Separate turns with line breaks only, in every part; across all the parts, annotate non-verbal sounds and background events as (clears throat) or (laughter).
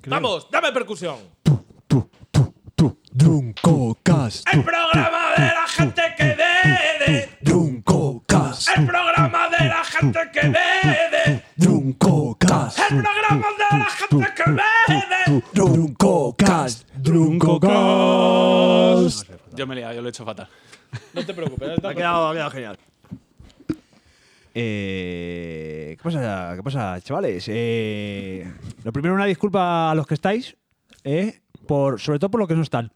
creo.
Vamos, dame percusión.
Tú, tú, tú, Druncocast.
El programa de la gente que bebe.
Druncocast.
El programa de la gente que bebe.
Druncocast.
El programa de la gente que bebe.
Druncocast. Druncocast.
Yo me
Ah,
he liado, yo lo he hecho fatal.
No te preocupes.
Ha quedado, ha quedado genial. Eh, ¿qué, pasa, ¿Qué pasa, chavales? Eh, lo primero, una disculpa a los que estáis, eh, por, sobre todo por los que no están.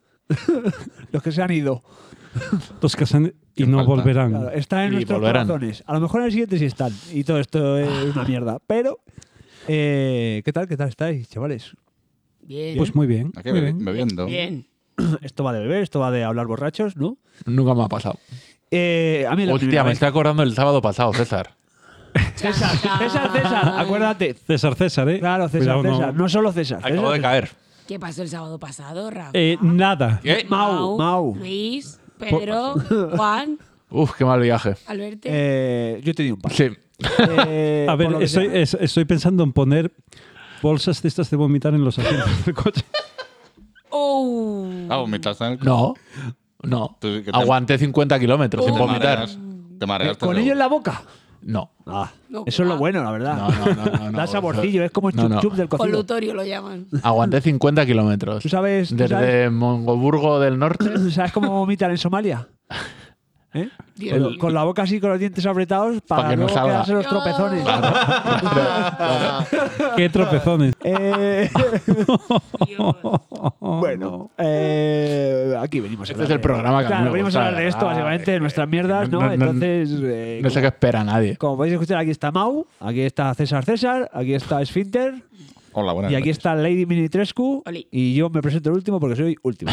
(laughs) los que se han ido.
Los que se han-
Qué
y no
falta.
volverán.
Claro, están en
Mm. Y
nuestros
volverán.
corazones. A lo mejor en el siguiente sí están. Y todo esto es una mierda. Pero, eh, ¿qué tal? ¿Qué tal estáis, chavales? (clears throat)
Bien.
Pues muy bien.
¿A qué
muy
bebe-
bien.
bebiendo?
Bien.
Esto va de beber, esto va de hablar borrachos, ¿no?
Nunca me ha pasado.
Eh, a mí es la
Hostia,
primera
me
vez.
estoy acordando del sábado pasado, César.
César,
(laughs) César, César, acuérdate.
César, César, ¿eh?
Claro, César,
Cuidado, no-
César. No, solo César.
Acabo
César,
de caer.
¿Qué pasó el sábado pasado, Rafa?
Eh, nada.
¿Qué?
Mau, Mau.
Luis,
(laughs)
Pedro, Juan,
Uf, qué mal viaje.
Alberto.
Eh, yo te di un par.
Sí.
(laughs) Eh,
A
por lo
ver,
que
estoy,
sea.
es- estoy pensando en poner bolsas de estas de vomitar en los asientos del coche.
Oh.
Ah, vomitas en el
No. No.
Tú sí que te-
Aguanté 50 kilómetros sin
Te
vomitar.
mareas, Te mareas.
eh, ¿Con ello en la boca?
No.
Ah,
No,
eso es lo
ah.
bueno, la verdad.
No, no, no, no,
(laughs)
no.
da saborcillo, es como el
No,
chup
no.
chup del cocido.
Colutorio lo llaman.
Aguanté 50 kilómetros.
¿Tú sabes- tú
Desde
sabes?
Mongoburgo del
(laughs)
Norte.
¿Sabes cómo vomitan en Somalia? ¿Eh?
Dios.
Con, con la boca así, con los dientes apretados, para,
Pa' que no
luego
salga.
quedarse los
No.
tropezones.
¡Qué tropezones!
(laughs) Eh, (laughs)
Dios.
bueno, eh, aquí venimos. a
Este
hablar
es el
de-
programa que a mí
Claro,
me
venimos
gusta,
a hablar de esto,
¿verdad?
básicamente, de nuestras mierdas, ¿no?
no- no-
Entonces, eh,
No sé qué espera nadie.
como podéis escuchar, aquí está Mau, aquí está César César, aquí está Esfinter.
Hola, buenas
Y aquí
noches.
está Lady Minitrescu.
Oli.
Y yo me presento el último porque soy
(laughs)
último.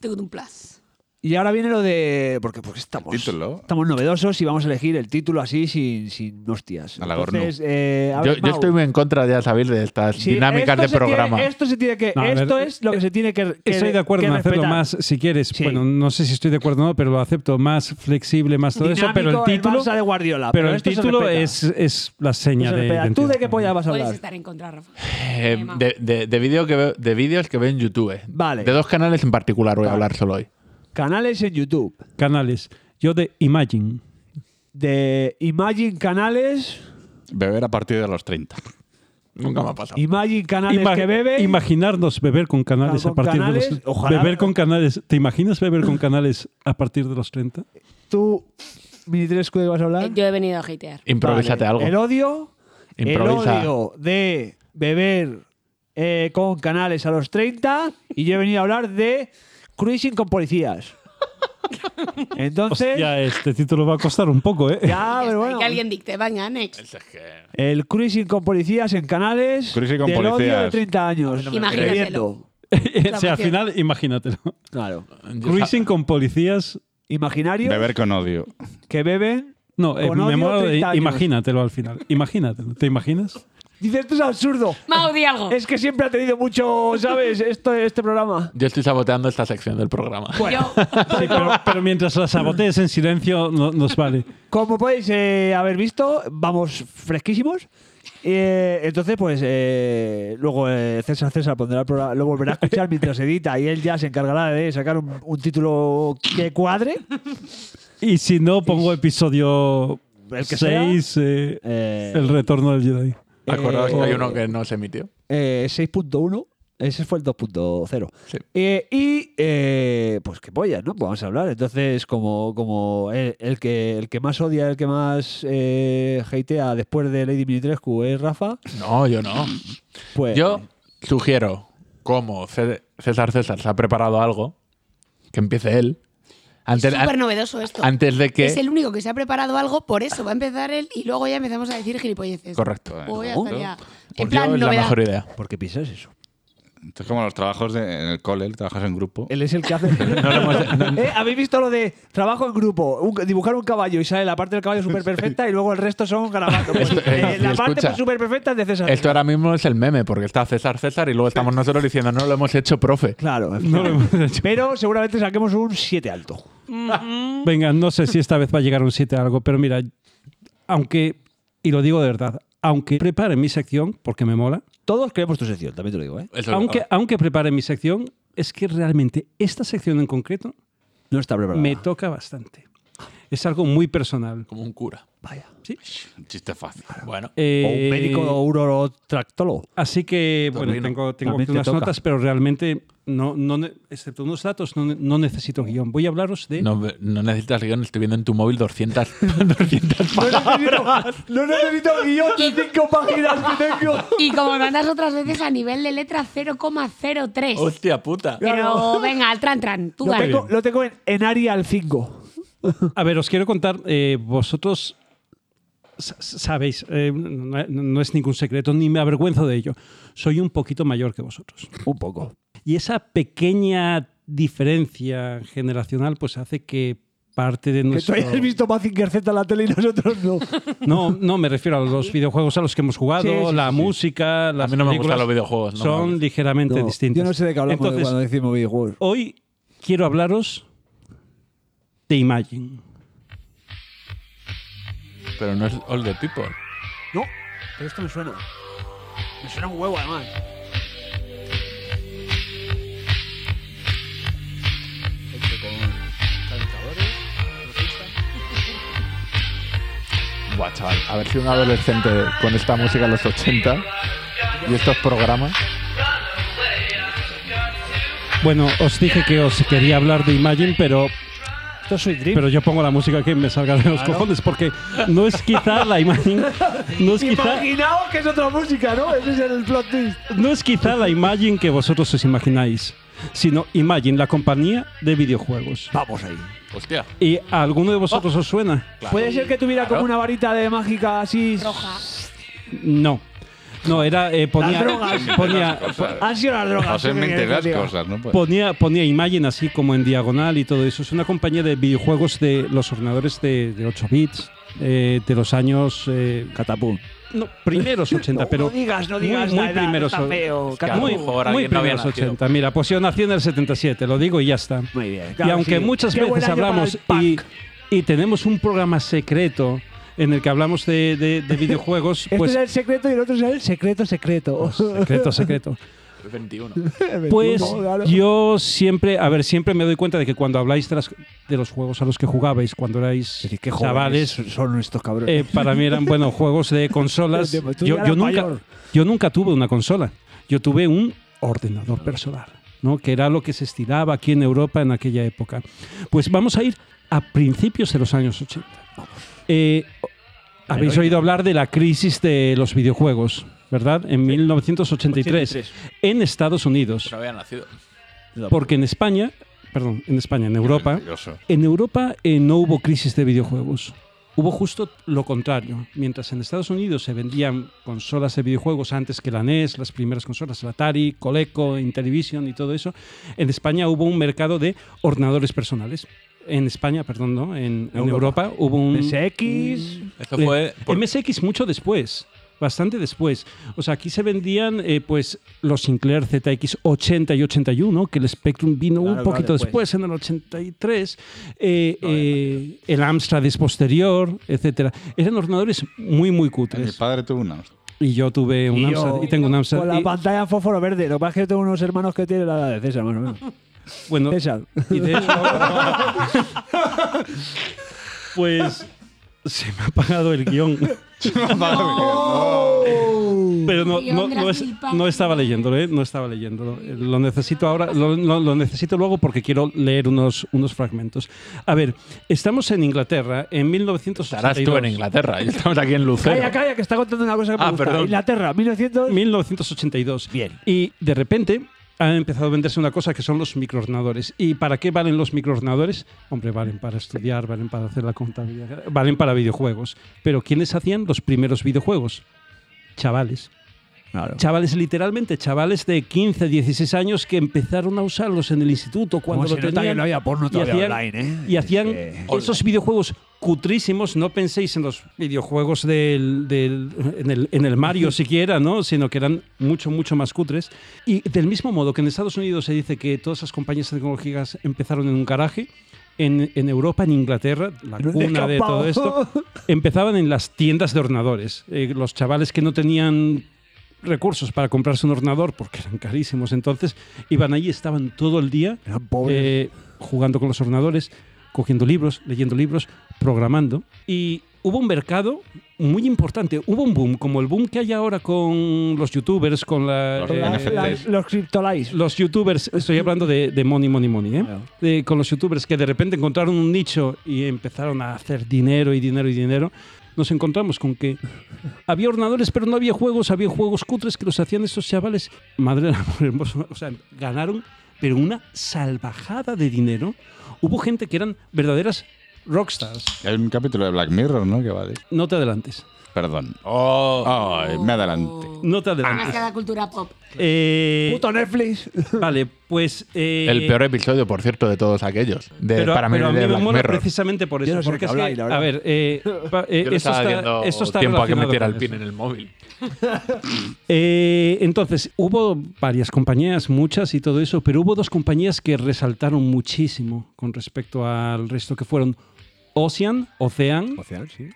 Tengo un plus.
y ahora viene lo de. Porque, porque estamos.
Título.
Estamos novedosos y vamos a elegir el título así sin, sin hostias.
A la Gornu.
Entonces, eh, a
Yo,
ver,
yo
Mau.
estoy muy en contra, ya sabéis, de estas
Sí,
dinámicas
esto
de
se tiene-
programa.
esto se tiene que.
No, a ver,
esto es lo que se tiene que. que-
Estoy de acuerdo
que
en hacerlo
respetar.
más, si quieres.
Sí.
Bueno, no sé si estoy de acuerdo o no, pero lo acepto más flexible, más todo eso. Pero el
Dinámico,
título,
Barça de Guardiola.
pero el
Ah, esto se
título
respeta.
es, es la
Esto
seña
se
de.
respeta. ¿Tú
identidad.
de qué polla vas a
Puedes
hablar? Ah.
estar en contra, Rafa.
Eh, de de, de vídeo que veo- de vídeos que veo en YouTube.
Vale.
De dos canales en particular voy a hablar solo hoy.
Canales en YouTube.
Canales. Yo de Imagine.
De Imagine Canales.
Beber a partir de los 30.
Nunca me ha pasado.
Imagine Canales
Ima-
que bebe.
Imaginarnos beber con canales
Claro,
a
con
partir de
canales,
los.
ojalá.
Beber con canales. ¿Te imaginas beber con canales a partir de los 30?
Tú, Minitrescu, ¿de qué vas a hablar?
Eh, Yo he venido a hatear.
Improvísate
Vale.
algo.
El odio.
Improvisa.
El odio de beber eh, con canales a los 30. Y yo he venido a hablar de cruising con
(laughs)
policías. Entonces.
Hostia, este título va a costar un poco, ¿eh?
Ya,
Ya
Ah, pero
está,
bueno.
Que alguien dicte, venga, next.
El cruising con policías en canales.
Cruising con
del odio
policías.
de 30 años.
Imagínatelo.
Bebiendo.
(laughs) o sea, al final, imagínatelo.
Claro.
Cruising con policías.
Imaginarios
Beber con odio.
que beben.
No, eh,
Con odio,
me mola de
30 años.
imagínatelo al final. Imagínatelo. ¿Te
(laughs)
imaginas?
Dice, esto es absurdo.
Mau, di algo.
Es que siempre ha tenido mucho, ¿sabes? Esto, este programa.
Yo estoy saboteando esta sección del programa.
Yo,
Sí, pero, pero mientras la sabotees en silencio, no- nos vale.
Como podéis eh, haber visto, vamos fresquísimos. Eh, entonces, pues eh, luego eh, César César pondrá el programa, lo volverá a escuchar mientras edita y él ya se encargará de sacar un, un título que cuadre.
Y si no, pongo episodio
El que
6,
Eh,
El retorno del Jedi.
Acordaos que
eh,
hay uno que no se emitió.
eh, 6.1, ese fue el 2.0.
Sí.
Eh, y eh, pues qué pollas, ¿no? Pues vamos a hablar. Entonces, como, como el, el que, el que más odia, el que más eh, hatea después de Lady Dimitrescu es Rafa,
No, yo no.
pues
Yo sugiero, como Ce- César César se ha preparado algo, que empiece él. Antes,
es súper novedoso esto.
antes de que.
Es el único que se ha preparado algo, por eso va a empezar él y luego ya empezamos a decir gilipolleces.
Correcto.
Voy a
¿No?
estar ya.
Por
En plan,
Dios, es Pues la
novedad.
mejor idea.
¿por qué piensas eso?
Esto es como los trabajos de- en el cole, trabajas en grupo.
Él es el que hace. (laughs) ¿Eh? ¿Habéis visto lo de trabajo en grupo? Un- dibujar un caballo y sale la parte del caballo súper perfecta y luego el resto son garabatos. Pues,
Esto-
eh,
eh,
la
escucha.
parte súper perfecta es de César.
Esto ahora mismo es el meme, porque está César César y luego estamos nosotros diciendo, no lo hemos hecho, profe.
Claro,
No lo hemos hecho.
pero seguramente saquemos un 7 alto.
Venga, no sé si esta vez va a llegar un 7 algo, pero mira, aunque, y lo digo de verdad, aunque prepare mi sección, porque me mola,
Todos queremos tu sección, también te lo digo, ¿eh?
Eso-
Aunque,
ah,
aunque prepare mi sección, es que realmente esta sección en concreto
No está preparado.
me toca bastante. Es algo muy personal.
como un cura.
Vaya.
Sí.
Un chiste fácil.
Bueno,
O un
Eh,
médico urotractólogo.
Así que, bueno,
Torrino.
tengo, tengo
También
aquí
te
unas
toca.
notas, pero realmente, no, no, ne- excepto unos datos, no, ne- no necesito guión. Voy a hablaros de...
no, no necesitas guión, estoy viendo en tu móvil 200, 200 palabras.
No necesito guión de cinco páginas que tengo.
Y como tantas otras veces, a nivel de letra 0,03.
(laughs) Hostia puta.
Pero venga, al tran tran, tú
Lo
dale.
tengo, lo tengo en, en Arial 5.
A ver, os quiero contar, eh, vosotros sa- sabéis, eh, no, no es ningún secreto, ni me avergüenzo de ello, soy un poquito mayor que vosotros.
Un poco.
Y esa pequeña diferencia generacional pues hace que parte de
Que
nuestro...
tú hayas visto Mazinger Z en la tele y nosotros no.
No, no, me refiero a los videojuegos a los que hemos jugado,
Sí, sí,
la
sí, sí.
música, las
mí no me
películas
gustan los videojuegos, no
son
mames.
ligeramente
No,
distintas.
Yo no sé de qué hablamos
Entonces,
cuando decimos videojuegos.
hoy quiero hablaros de Imagine.
Pero no es All the People.
No, pero esto me suena. Me suena un huevo, además.
Buah, chaval, a ver si un adolescente con esta música en los 80 y estos programas.
Bueno, os dije que os quería hablar de Imagine, pero,
Esto es Sweet Dream.
pero yo pongo la música que me salga de los cojones, porque no es quizá la Imagine, no es quizá,
Imaginaos que es otra música, ¿no? Ese es el plot twist.
no es quizá la Imagine que vosotros os imagináis, sino Imagine, la compañía de videojuegos.
Vamos ahí.
Hostia.
¿Y a alguno de
Oh.
vosotros os suena?
¿Puede ser que tuviera como una varita de mágica así?
Roja.
No. No, era, eh, ponía,
(laughs) Las drogas.
(laughs) ponía,
Han sido las drogas.
José
¿qué
me
quieres
enteré las
que te diga?
cosas, ¿no? Pues,
ponía, ponía Imagine así como en diagonal y todo eso. Es una compañía de videojuegos de los ordenadores de, de 8 bits, eh, de los años eh,
Catapum.
No, primeros 80,
(laughs)
No,
pero.
no digas, no digas
Muy,
la
muy
edad,
primeros.
está feo.
que a lo
muy
mejor
muy
alguien no había
primeros
nacido.
80. Mira, pues yo nací en el 77, lo digo y ya está.
Muy bien.
y aunque muchas veces hablamos y, y tenemos un programa secreto en el que hablamos de, de-
(laughs)
de videojuegos,
Este
pues.
es el secreto y el otro es el secreto secreto. (laughs)
Secreto, secreto. (laughs)
21.
Pues
No, claro.
yo siempre, a ver, siempre me doy cuenta de que cuando habláis de, las- de los juegos a los que jugabais, cuando erais
Es decir, qué jóvenes
chavales,
son estos cabrones.
Eh, para mí eran buenos juegos
(laughs)
de consolas.
Pero, tío, tú
Yo,
ya
yo
eras
nunca,
mayor.
yo nunca tuve una consola. Yo tuve un ordenador personal, ¿no? que era lo que se estilaba aquí en Europa en aquella época. Pues vamos a ir a principios de los años 80. Eh, Habéis oído hablar de la crisis de los videojuegos, ¿verdad? En 1983, en Estados Unidos.
No había nacido.
Porque en España, perdón, en España, en
Pues,
Europa,
Mentiroso.
en Europa eh, no hubo crisis de videojuegos. Hubo justo lo contrario. Mientras en Estados Unidos se vendían consolas de videojuegos antes que la NES, las primeras consolas, la Atari, Coleco, Intellivision y todo eso, en España hubo un mercado de ordenadores personales. En España, perdón, no, en, en
Europa.
Europa. hubo un...
MSX.
Eso
Eh,
fue. por-
MSX mucho después, bastante después. O sea, aquí se vendían eh, pues los Sinclair ZX 80 y 81, que el Spectrum vino
Claro, pues.
un
claro,
poquito
después.
después. en el 83, eh, eh, el Amstrad es posterior, etcétera. Eran ordenadores muy, muy
Mi
cutres.
padre tuvo una. (laughs)
Y yo tuve un
yo-
Amstrad y tengo un Amstrad.
Con la
y-
pantalla en fósforo verde. Lo que pasa es que yo tengo unos hermanos que tienen la edad de César, más o menos.
bueno,
César.
y de hecho,
(laughs)
pues se me ha apagado el guión. Pero no,
Guión
no, no es-
gratuito.
no estaba leyéndolo, ¿eh? No estaba leyéndolo. Eh, Lo necesito ahora, lo, lo- lo necesito luego porque quiero leer unos, unos fragmentos. A ver, estamos en Inglaterra en 1982.
Estarás tú en Inglaterra y estamos aquí en Lucero.
Calla, calla, que está contando una cosa que me
Ah,
gusta.
perdón.
Inglaterra, 1900.
1982.
Bien.
Y de repente ha empezado a venderse una cosa que son los microordenadores. ¿Y para qué valen los microordenadores? Hombre, valen para estudiar, valen para hacer la contabilidad, valen para videojuegos. Pero ¿quiénes hacían los primeros videojuegos? Chavales.
Claro.
Chavales, literalmente, chavales de 15, 16 años que empezaron a usarlos en el instituto cuando
Como
lo
se nota que
tenían.
no había porno
y
todavía
hacían-
online, ¿eh?
Y hacían
Es que-
esos videojuegos cutrísimos. No penséis en los videojuegos del, del- en, el, en el Mario
(laughs)
siquiera, ¿no? Sino que eran mucho, mucho más cutres. Y del mismo modo que en Estados Unidos se dice que todas las compañías tecnológicas empezaron en un garaje, en, en Europa, en Inglaterra, la
En un
cuna de todo esto,
(laughs) descampado.
empezaban en las tiendas de ordenadores. Eh, los chavales que no tenían recursos para comprarse un ordenador porque eran carísimos. Entonces iban allí, estaban todo el día
Eran pobres.
eh, jugando con los ordenadores, cogiendo libros, leyendo libros, programando. Y hubo un mercado muy importante, hubo un boom, como el boom que hay ahora con los youtubers, con la,
Los
eh,
La-
NFTs.
las- los criptolais.
los youtubers, estoy hablando de, de Money Money Money, ¿eh?
Claro.
De- con los youtubers que de repente encontraron un nicho y empezaron a hacer dinero y dinero y dinero, nos encontramos con que había ordenadores, pero no había juegos, había juegos cutres que los hacían estos chavales. Madre del amor hermoso, o sea, ganaron, pero una salvajada de dinero. Hubo gente que eran verdaderas rockstars.
Hay un capítulo de Black Mirror, ¿no? Que va de...
No te adelantes,
Perdón.
Oh,
Ay, me adelanté.
no te adelantes.
Demasiada cultura pop.
Eh,
Puto Netflix.
vale, pues... eh,
el peor episodio, por cierto, de todos aquellos. De,
pero,
para mí,
pero a
de
mí me
Black
mola
Mirror.
precisamente por
Yo
eso.
no sé
porque
qué
es
hablar,
que,
la
a
verdad.
ver,
(laughs)
eh, pa- eh,
Yo
eso,
le estaba
está,
viendo
eso está
tiempo a que
relacionado
metiera
con
el pin
eso.
en el móvil.
(laughs) Eh, entonces, hubo varias compañías, muchas y todo eso, pero hubo dos compañías que resaltaron muchísimo con respecto al resto, que fueron Ocean, Ocean
Ocean, sí.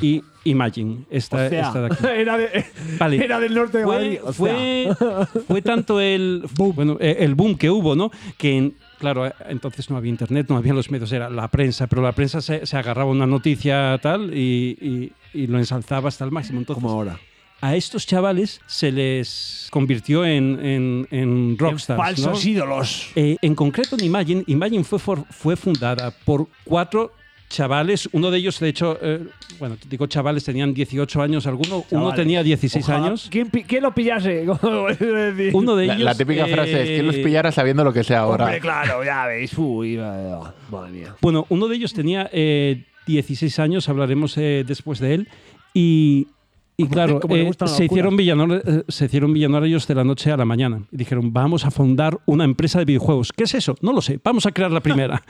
y Imagine, esta, esta de aquí.
(laughs) era, de-
Vale.
era del norte de Madrid.
Fue,
Ocean.
fue, fue tanto
(laughs)
el boom. bueno, eh, el boom que hubo, ¿no? Que, en- claro, eh, entonces no había internet, no había los medios, era la prensa, pero la prensa se, se agarraba a una noticia tal y, y- y lo ensalzaba hasta el máximo. Entonces,
Como ahora.
a estos chavales se les convirtió en, en, en rockstars.
En
¿no?
falsos ídolos.
Eh, en concreto, en Imagine, Imagine fue, for- fue fundada por cuatro chavales. Uno de ellos, de hecho, eh, bueno, digo chavales, tenían 18 años alguno. Uno
Chavales.
tenía 16
Ojalá-
años.
¿Quién, pi- quién lo pillase? (laughs) Como suele decir.
Uno de
La,
ellos.
la típica frase es:
eh,
¿Quién los pillara sabiendo lo que sea ahora?
Hombre, claro, ya veis. Uy, va- eh, oh, madre mía.
Bueno, uno de ellos tenía eh, 16 años, hablaremos eh, después de él. Y, y
Como-
claro,
como le
eh,
gustan las
se, hicieron
locuras.
villanor- eh, se hicieron millonarios de la noche a la mañana. Y dijeron, vamos a fundar una empresa de videojuegos. ¿Qué es eso? No lo sé, vamos a crear la
(laughs)
primera.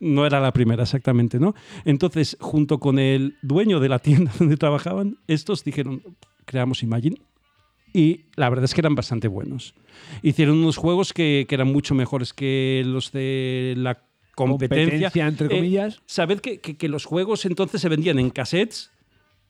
no era la primera exactamente, ¿no? Entonces, junto con el dueño de la tienda (laughs) donde trabajaban, estos dijeron, creamos Imagine. Y la verdad es que eran bastante buenos. Hicieron unos juegos que, que eran mucho mejores que los de la competencia.
Competencia, entre
Eh,
comillas.
sabed que, que- que los juegos entonces se vendían en cassettes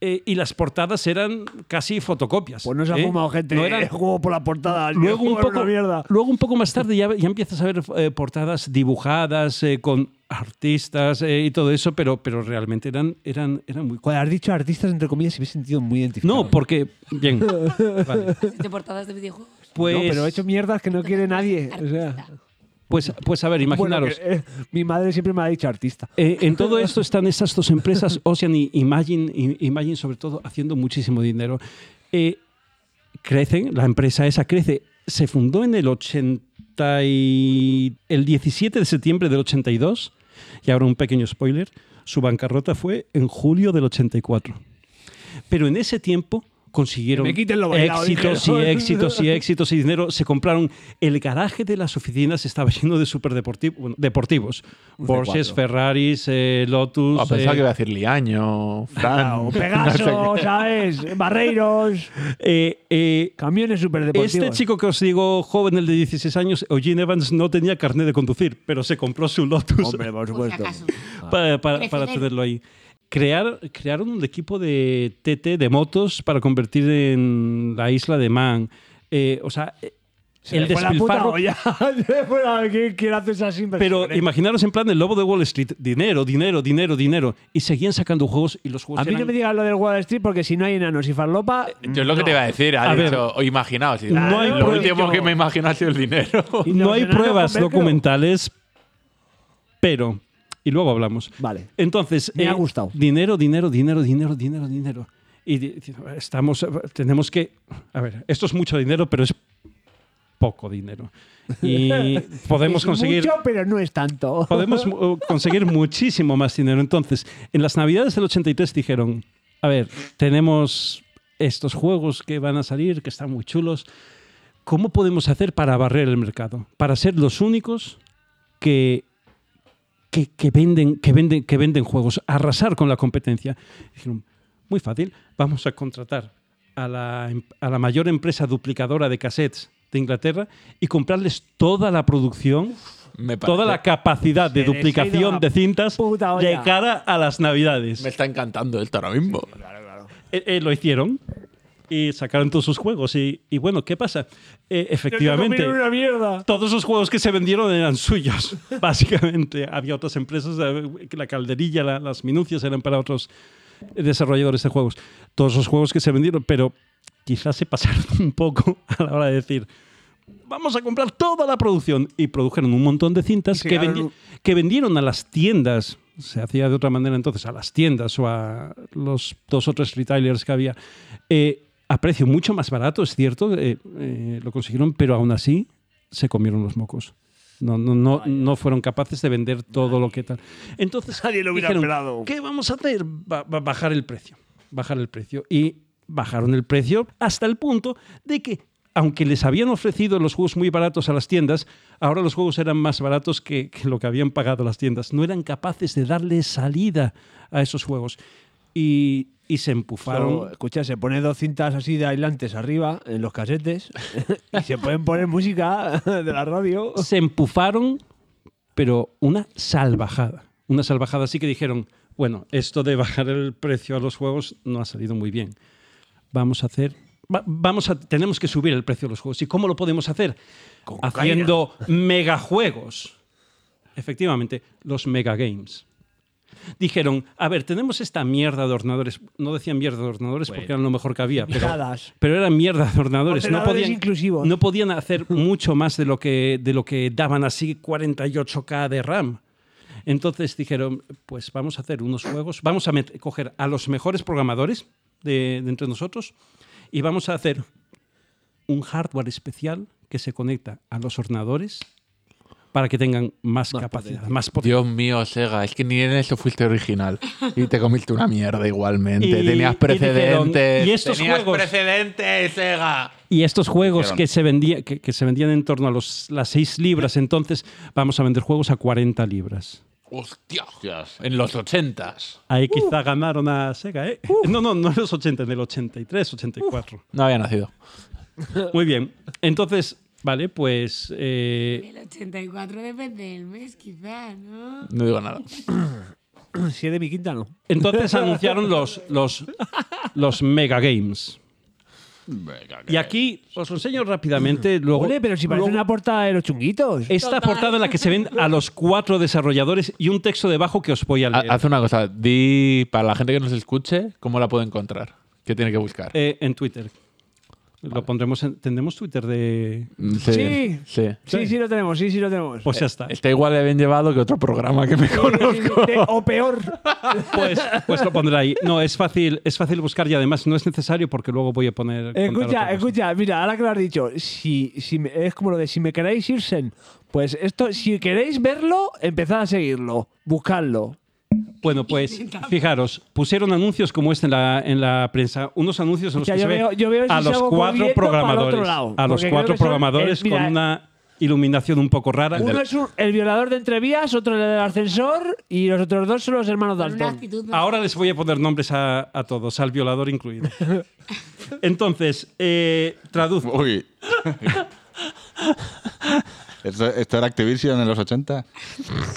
eh, y las portadas eran casi fotocopias.
Pues no se ha
¿eh?
fumado gente.
No
No
eran-
(laughs) El juego por la portada. el
luego, un
juego era
poco,
Una mierda.
luego un poco más tarde ya, ya empiezas a ver eh, portadas dibujadas eh, con artistas eh, y todo eso, pero, pero realmente eran, eran, eran muy...
Cuando has dicho artistas, entre comillas, y me he sentido muy identificado.
No, porque...
(laughs)
Bien. Vale.
De portadas de videojuegos.
Pues,
No, pero he hecho mierdas que no quiere nadie. O sea,
pues, pues a ver,
Bueno,
imaginaros.
que, eh, mi madre siempre me ha
(laughs)
dicho artista.
Eh, en
(laughs)
todo esto están estas dos empresas, Ocean y Imagine, y- Imagine sobre todo, haciendo muchísimo dinero. Eh, crecen, la empresa esa crece. Se fundó en el 80 y- el 17 de septiembre del 82, y ahora un pequeño spoiler, su bancarrota fue en julio del 84. Pero en ese tiempo consiguieron
Que me quiten lo bailado,
éxitos y
dijeron. (laughs)
éxitos y éxitos y dinero. Se compraron el garaje de las oficinas, estaba lleno de superdeportivos, bueno, deportivos. Porsches,
C4.
Ferraris, eh, Lotus.
Ah, pensaba
eh,
que iba a decir Liaño, Fran.
Claro, Pegaso, ¿sabes? Barreiros,
(laughs) eh, eh,
camiones superdeportivos.
este chico que os digo, joven, el de 16 años, Eugene Evans, no tenía carnet de conducir, pero se compró su Lotus
Hombre, por
Por si
supuesto.
acaso.
para, para-
Preferente.
para tenerlo ahí. Crear, crearon un equipo de TT, de motos, para convertir en la isla de Man. Eh, o sea, eh,
Se
el
le fue la puta
despilfarro
olla. (laughs) Bueno, ¿quién, quién hace esas
Pero
inversiones?
imaginaros en plan el lobo de Wall Street, dinero, dinero, dinero, dinero. Y seguían sacando juegos y los juegos
a mí no
eran-
me digas lo del Wall Street porque si no hay enanos y farlopa.
Eh,
Yo es lo que te iba a decir,
A
ha
ver.
dicho, o imaginaos. y-
No hay
Por
prueba.
último que me imagino ha sido el dinero.
y
no
los
hay
enanos
pruebas
con velcro.
documentales, pero... Y luego hablamos.
Vale.
Entonces, eh,
Me ha gustado.
Dinero, dinero, dinero, dinero, dinero, dinero. Y di- di- estamos, eh, tenemos que, a ver, esto es mucho dinero, pero es poco dinero.
(laughs)
Y podemos
Es
conseguir,
Mucho, pero no es tanto.
(laughs) podemos mu- uh, conseguir muchísimo más dinero. Entonces, en las Navidades del 83 dijeron, a ver, tenemos estos juegos que van a salir, que están muy chulos. ¿Cómo podemos hacer para barrer el mercado? Para ser los únicos que, que, que venden, que, venden, que venden juegos, arrasar con la competencia. Dijeron, muy fácil, vamos a contratar a la, em- a la mayor empresa duplicadora de cassettes de Inglaterra y comprarles toda la producción
(laughs) Me parece-
toda la capacidad de
Se les ha ido
duplicación
la
de cintas
puta olla.
de cara a las navidades.
Me está encantando esto ahora mismo.
Eh, eh, lo hicieron. y sacaron todos sus juegos. Y, y bueno, ¿qué pasa? Eh, efectivamente,
una mierda.
todos los juegos que se vendieron eran suyos, (laughs) básicamente. Había otras empresas, eh, que la calderilla, la- las minucias eran para otros desarrolladores de juegos. Todos los juegos que se vendieron, pero quizás se pasaron (laughs) un poco a la hora de decir, vamos a comprar toda la producción. Y produjeron un montón de cintas
se
que,
ganaron
vendi-
un-
que vendieron a las tiendas. Se hacía de otra manera entonces, a las tiendas o a los dos o tres retailers que había. eh, a precio mucho más barato, es cierto, eh, eh, lo consiguieron, pero aún así se comieron los mocos. No, no, no, no fueron capaces de vender todo lo que tal. Entonces,
Nadie lo hubiera
dijeron,
esperado.
¿qué vamos a hacer? Ba- ba- bajar el precio. Bajar el precio. Y bajaron el precio hasta el punto de que, aunque les habían ofrecido los juegos muy baratos a las tiendas, ahora los juegos eran más baratos que, que lo que habían pagado las tiendas. No eran capaces de darle salida a esos juegos. Y, y se
Pero,
empufaron.
escucha, se pone dos cintas así de aislantes arriba en los casetes (laughs) y se pueden poner música de la radio.
se empufaron, pero una salvajada. Una salvajada así que dijeron, bueno, esto de bajar el precio a los juegos no ha salido muy bien. Vamos a hacer... va- Vamos a, tenemos que subir el precio de los juegos. ¿Y cómo lo podemos hacer? Haciendo megajuegos. Efectivamente, los megagames. Dijeron, a ver, tenemos esta mierda de ordenadores. No decían mierda de ordenadores porque eran lo mejor que había. Pero,
Mijadas.
pero eran mierda de ordenadores. No
Ordenadores
podían,
inclusivos.
no podían hacer mucho más de lo que, de lo que daban así 48K de RAM. Entonces dijeron, pues vamos a hacer unos juegos, vamos a met- coger a los mejores programadores de, de entre nosotros y vamos a hacer un hardware especial que se conecta a los ordenadores para que tengan más, capacidad, más potencia.
Dios mío, Sega, es que ni en eso fuiste original. Y te comiste una mierda igualmente.
Y-
Tenías
y dijeron,
precedentes.
"Y estos
Tenías
juegos".
precedentes, Sega.
Y estos juegos
Dijeron.
que se, vendía, que, que se vendían en torno a los, las 6 (laughs) libras, entonces vamos a vender juegos a 40 libras.
Hostia. En los ochentas.
Ahí
Uh.
quizá ganaron a Sega, ¿eh? (laughs) No, no, no en los 80, en el 83, 84.
No había nacido.
Uh.
Muy bien. Entonces, vale, pues. eh,
El 84 depende del mes, quizá, ¿no?
No digo nada.
Si es de mi quinta, no.
entonces anunciaron los, los, los Mega Games. Y aquí os lo enseño rápidamente. Luego,
Ole, pero si parece
luego- Eh,
una porta de los chunguitos.
Esta portada en la que se ven a los cuatro desarrolladores y un texto debajo que os voy a leer.
Ha- Haz una cosa. Di para la gente que nos escuche, ¿cómo la puede encontrar? ¿Qué tiene que buscar?
Eh, en Twitter. Lo pondremos en. ¿Tendremos Twitter de.?
Mm,
sí.
sí.
Sí, sí lo tenemos, sí, sí lo tenemos.
Pues ya está.
Está igual de bien llevado que otro programa que me
Sí, sí,
conozco.
sí, te- o peor.
Pues, pues lo pondré ahí. No, es fácil, es fácil buscar y además no es necesario porque luego voy a poner. contar otra
(laughs) Escucha,
cosa.
escucha, mira, ahora que lo has dicho, si, si me- es como lo de si me queréis irsen, pues esto, si queréis verlo, empezad a seguirlo, buscadlo.
Bueno, pues fijaros, pusieron anuncios como este en la, en la prensa, unos anuncios en los
O sea,
que
yo
se ve
veo- yo veo si
a los
salgo
cuatro
corriendo para el otro
programadores,
lado,
a los cuatro
porque creo que son-
programadores
eh, mira,
con una iluminación un poco rara.
Uno es un- el violador de entrevías, otro el del ascensor y los otros dos son los hermanos
Con una
Dalton.
actitud más
Ahora les voy a poner nombres a, a todos, al violador
(laughs)
incluido. Entonces, eh, traduzco.
Uy. ¿Esto, esto era Activision en los 80?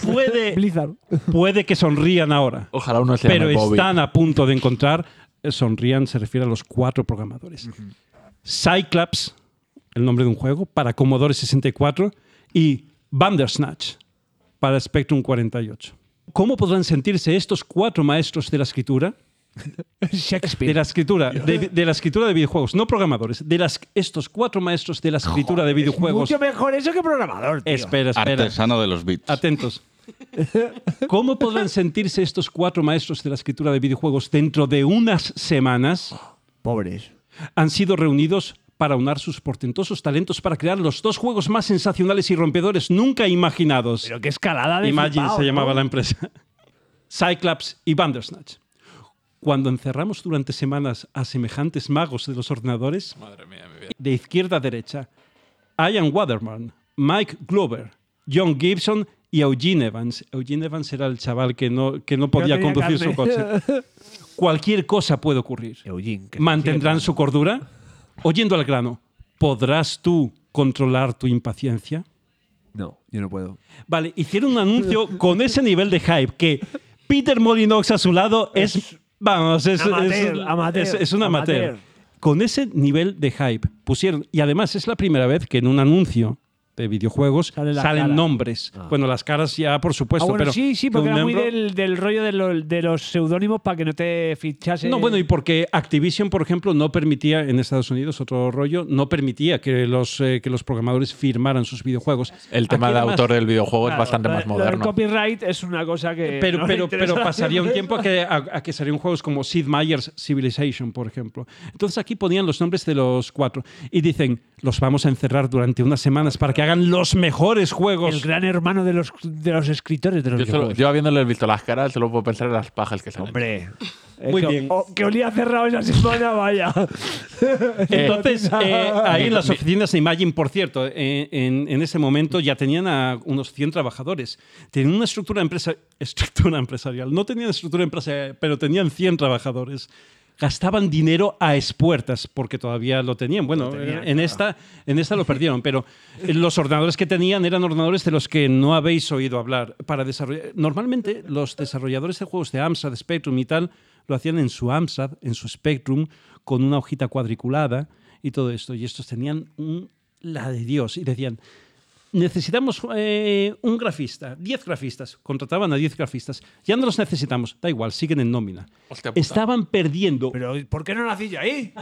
Puede,
Blizzard.
puede que sonrían ahora.
Ojalá uno se
pero
llame Bobby.
están a punto de encontrar. eh, Sonrían se refiere a los cuatro programadores. Cyclops, el nombre de un juego, para Commodore 64 y Bandersnatch para Spectrum 48. ¿Cómo podrán sentirse estos cuatro maestros de la escritura?
(laughs) Shakespeare.
De la escritura, de, de la escritura de videojuegos, no programadores, de las, estos cuatro maestros de la escritura de videojuegos.
Mucho mejor eso que programador. tío.
Espera, espera.
Artesano de los beats.
Atentos. ¿Cómo podrán sentirse estos cuatro maestros de la escritura de videojuegos dentro de unas semanas?
Pobres.
Han sido reunidos para unar sus portentosos talentos para crear los dos juegos más sensacionales y rompedores nunca imaginados.
Pero qué escalada de
Imagine
flipao,
se llamaba
¿no?
la empresa. (laughs) Cyclops y Bandersnatch. Cuando encerramos durante semanas a semejantes magos de los ordenadores, de izquierda a derecha, Ian Waterman, Mike Glover, John Gibson y Eugene Evans. Eugene Evans era el chaval que no, que no podía
tenía
conducir su coche.
carne. (laughs)
Cualquier cosa puede ocurrir.
Eugene, que-
¿Mantendrán su cordura? Oyendo al grano, ¿podrás tú controlar tu impaciencia?
No, yo no puedo.
Vale, hicieron un anuncio con ese nivel de hype que Peter Molinox a su lado es. Vamos, es,
Amateur,
es,
amateur,
es- es un amateur.
amateur.
con ese nivel de hype pusieron, y además es la primera vez que en un anuncio de videojuegos
Sale la
salen
cara.
nombres. Bueno, las caras ya, por
Ah,
supuesto,
bueno,
pero
sí, sí,
de
porque
un
era muy
miembro-
del, del rollo de, lo- de los seudónimos para que no te fichase.
No, bueno, y porque Activision, por ejemplo, no permitía en Estados Unidos otro rollo, no permitía que los eh, que los programadores firmaran sus videojuegos.
El tema
Aquí
de
era más-
autor del videojuego es
Claro,
bastante
lo-
más
lo del
moderno.
copyright es una cosa que.
Pero,
no le
pero,
interesa
pero
a la
pasaría un
gente.
tiempo a que, a, a que salieron juegos como Sid Meier's Civilization, por ejemplo. Entonces aquí ponían los nombres de los cuatro y dicen, los vamos a encerrar durante unas semanas para que hagan los mejores
El
juegos.
gran hermano de los, de los escritores de los
Yo, solo,
videojuegos.
yo habiéndole visto las caras, solo puedo pensar en las pajas que se han hecho.
Hombre. eh,
Muy
que,
bien.
o- que olía cerrado esa semana, vaya.
Entonces, eh, ahí en las
Mi-
oficinas de Imagine, por cierto, eh, en, en ese momento ya tenían a unos 100 trabajadores. Tenían una estructura, empresa, (laughs) estructura empresarial. No tenían estructura empresarial, pero tenían 100 trabajadores. Gastaban dinero a expuertas, porque todavía lo tenían. Bueno, eh, en, esta, en esta lo perdieron, pero (laughs) eh, los ordenadores que tenían eran ordenadores de los que no habéis oído hablar. Para desarrollar, normalmente los desarrolladores de juegos de Amstrad, Spectrum y tal, lo hacían en su Amstrad, en su Spectrum, con una hojita cuadriculada y todo esto. Y estos tenían un- la de Dios y decían, necesitamos eh, un grafista, 10 grafistas. Contrataban a 10 grafistas. Ya no los necesitamos, da igual, siguen en nómina.
Hostia puta.
Estaban perdiendo,
Pero, ¿por qué no nací yo ahí?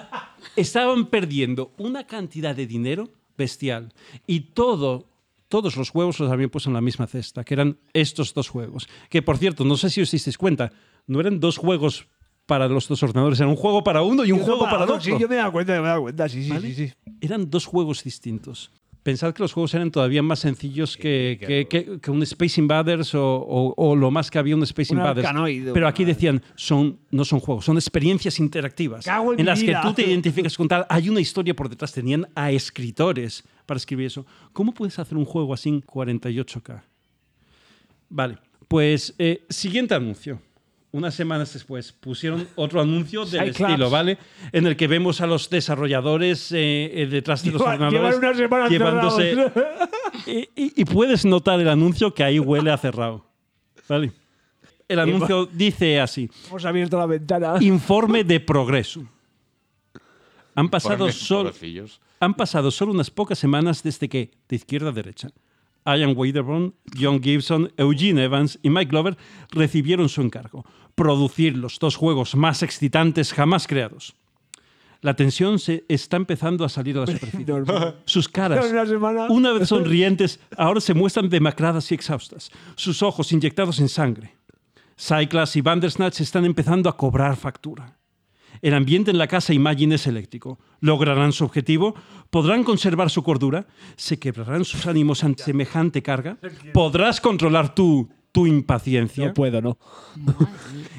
estaban perdiendo una cantidad de dinero bestial. Y todo... Todos los juegos los habían puesto en la misma cesta, que eran estos dos juegos. Que por cierto, no sé si os disteis cuenta, no eran dos juegos para los dos ordenadores, era un juego para uno y un juego para, el
otro.
otro.
Sí, yo me he dado cuenta, me he dado cuenta. Sí, sí,
¿Vale?
sí, sí.
eran dos juegos distintos. Pensad que los juegos eran todavía más sencillos que, que, que- que un Space Invaders o, o- o lo más que había un Space
Un
Invaders.
Arkanoid,
Pero
una-
aquí decían, son, no son juegos, son experiencias interactivas
Cago en
en
mi
las
vida.
que tú
(laughs)
te identificas con tal. Hay una historia por detrás, tenían a escritores para escribir eso. ¿Cómo puedes hacer un juego así en 48K? Vale, pues eh, siguiente anuncio. Unas semanas después pusieron otro anuncio del
Cyclops.
estilo, ¿vale? En el que vemos a los desarrolladores eh, eh, detrás de los
Llevan-
ordenadores
llevan una semana
llevándose.
cerrados.
(laughs) y, y- y puedes notar el anuncio que ahí huele a cerrado. ¿Vale? El anuncio dice así:
Hemos abierto la ventana.
informe de progreso. Han pasado
Ponme
solo.
pobrecillos.
Han pasado solo unas pocas semanas desde que, de izquierda a derecha, Ian Waderborn, John Gibson, Eugene Evans y Mike Glover recibieron su encargo, producir los dos juegos más excitantes jamás creados. La tensión se está empezando a salir a la
(laughs)
superficie.
Normal.
Sus caras,
Una semana.
una vez sonrientes, ahora se muestran demacradas y exhaustas, sus ojos inyectados en sangre. Cyclas y Bandersnatch están empezando a cobrar factura. El ambiente en la casa Imagine es eléctrico. ¿Lograrán su objetivo? ¿Podrán conservar su cordura? ¿Se quebrarán sus ánimos ante semejante carga? ¿Podrás controlar tu, tu impaciencia?
(laughs) No puedo, no.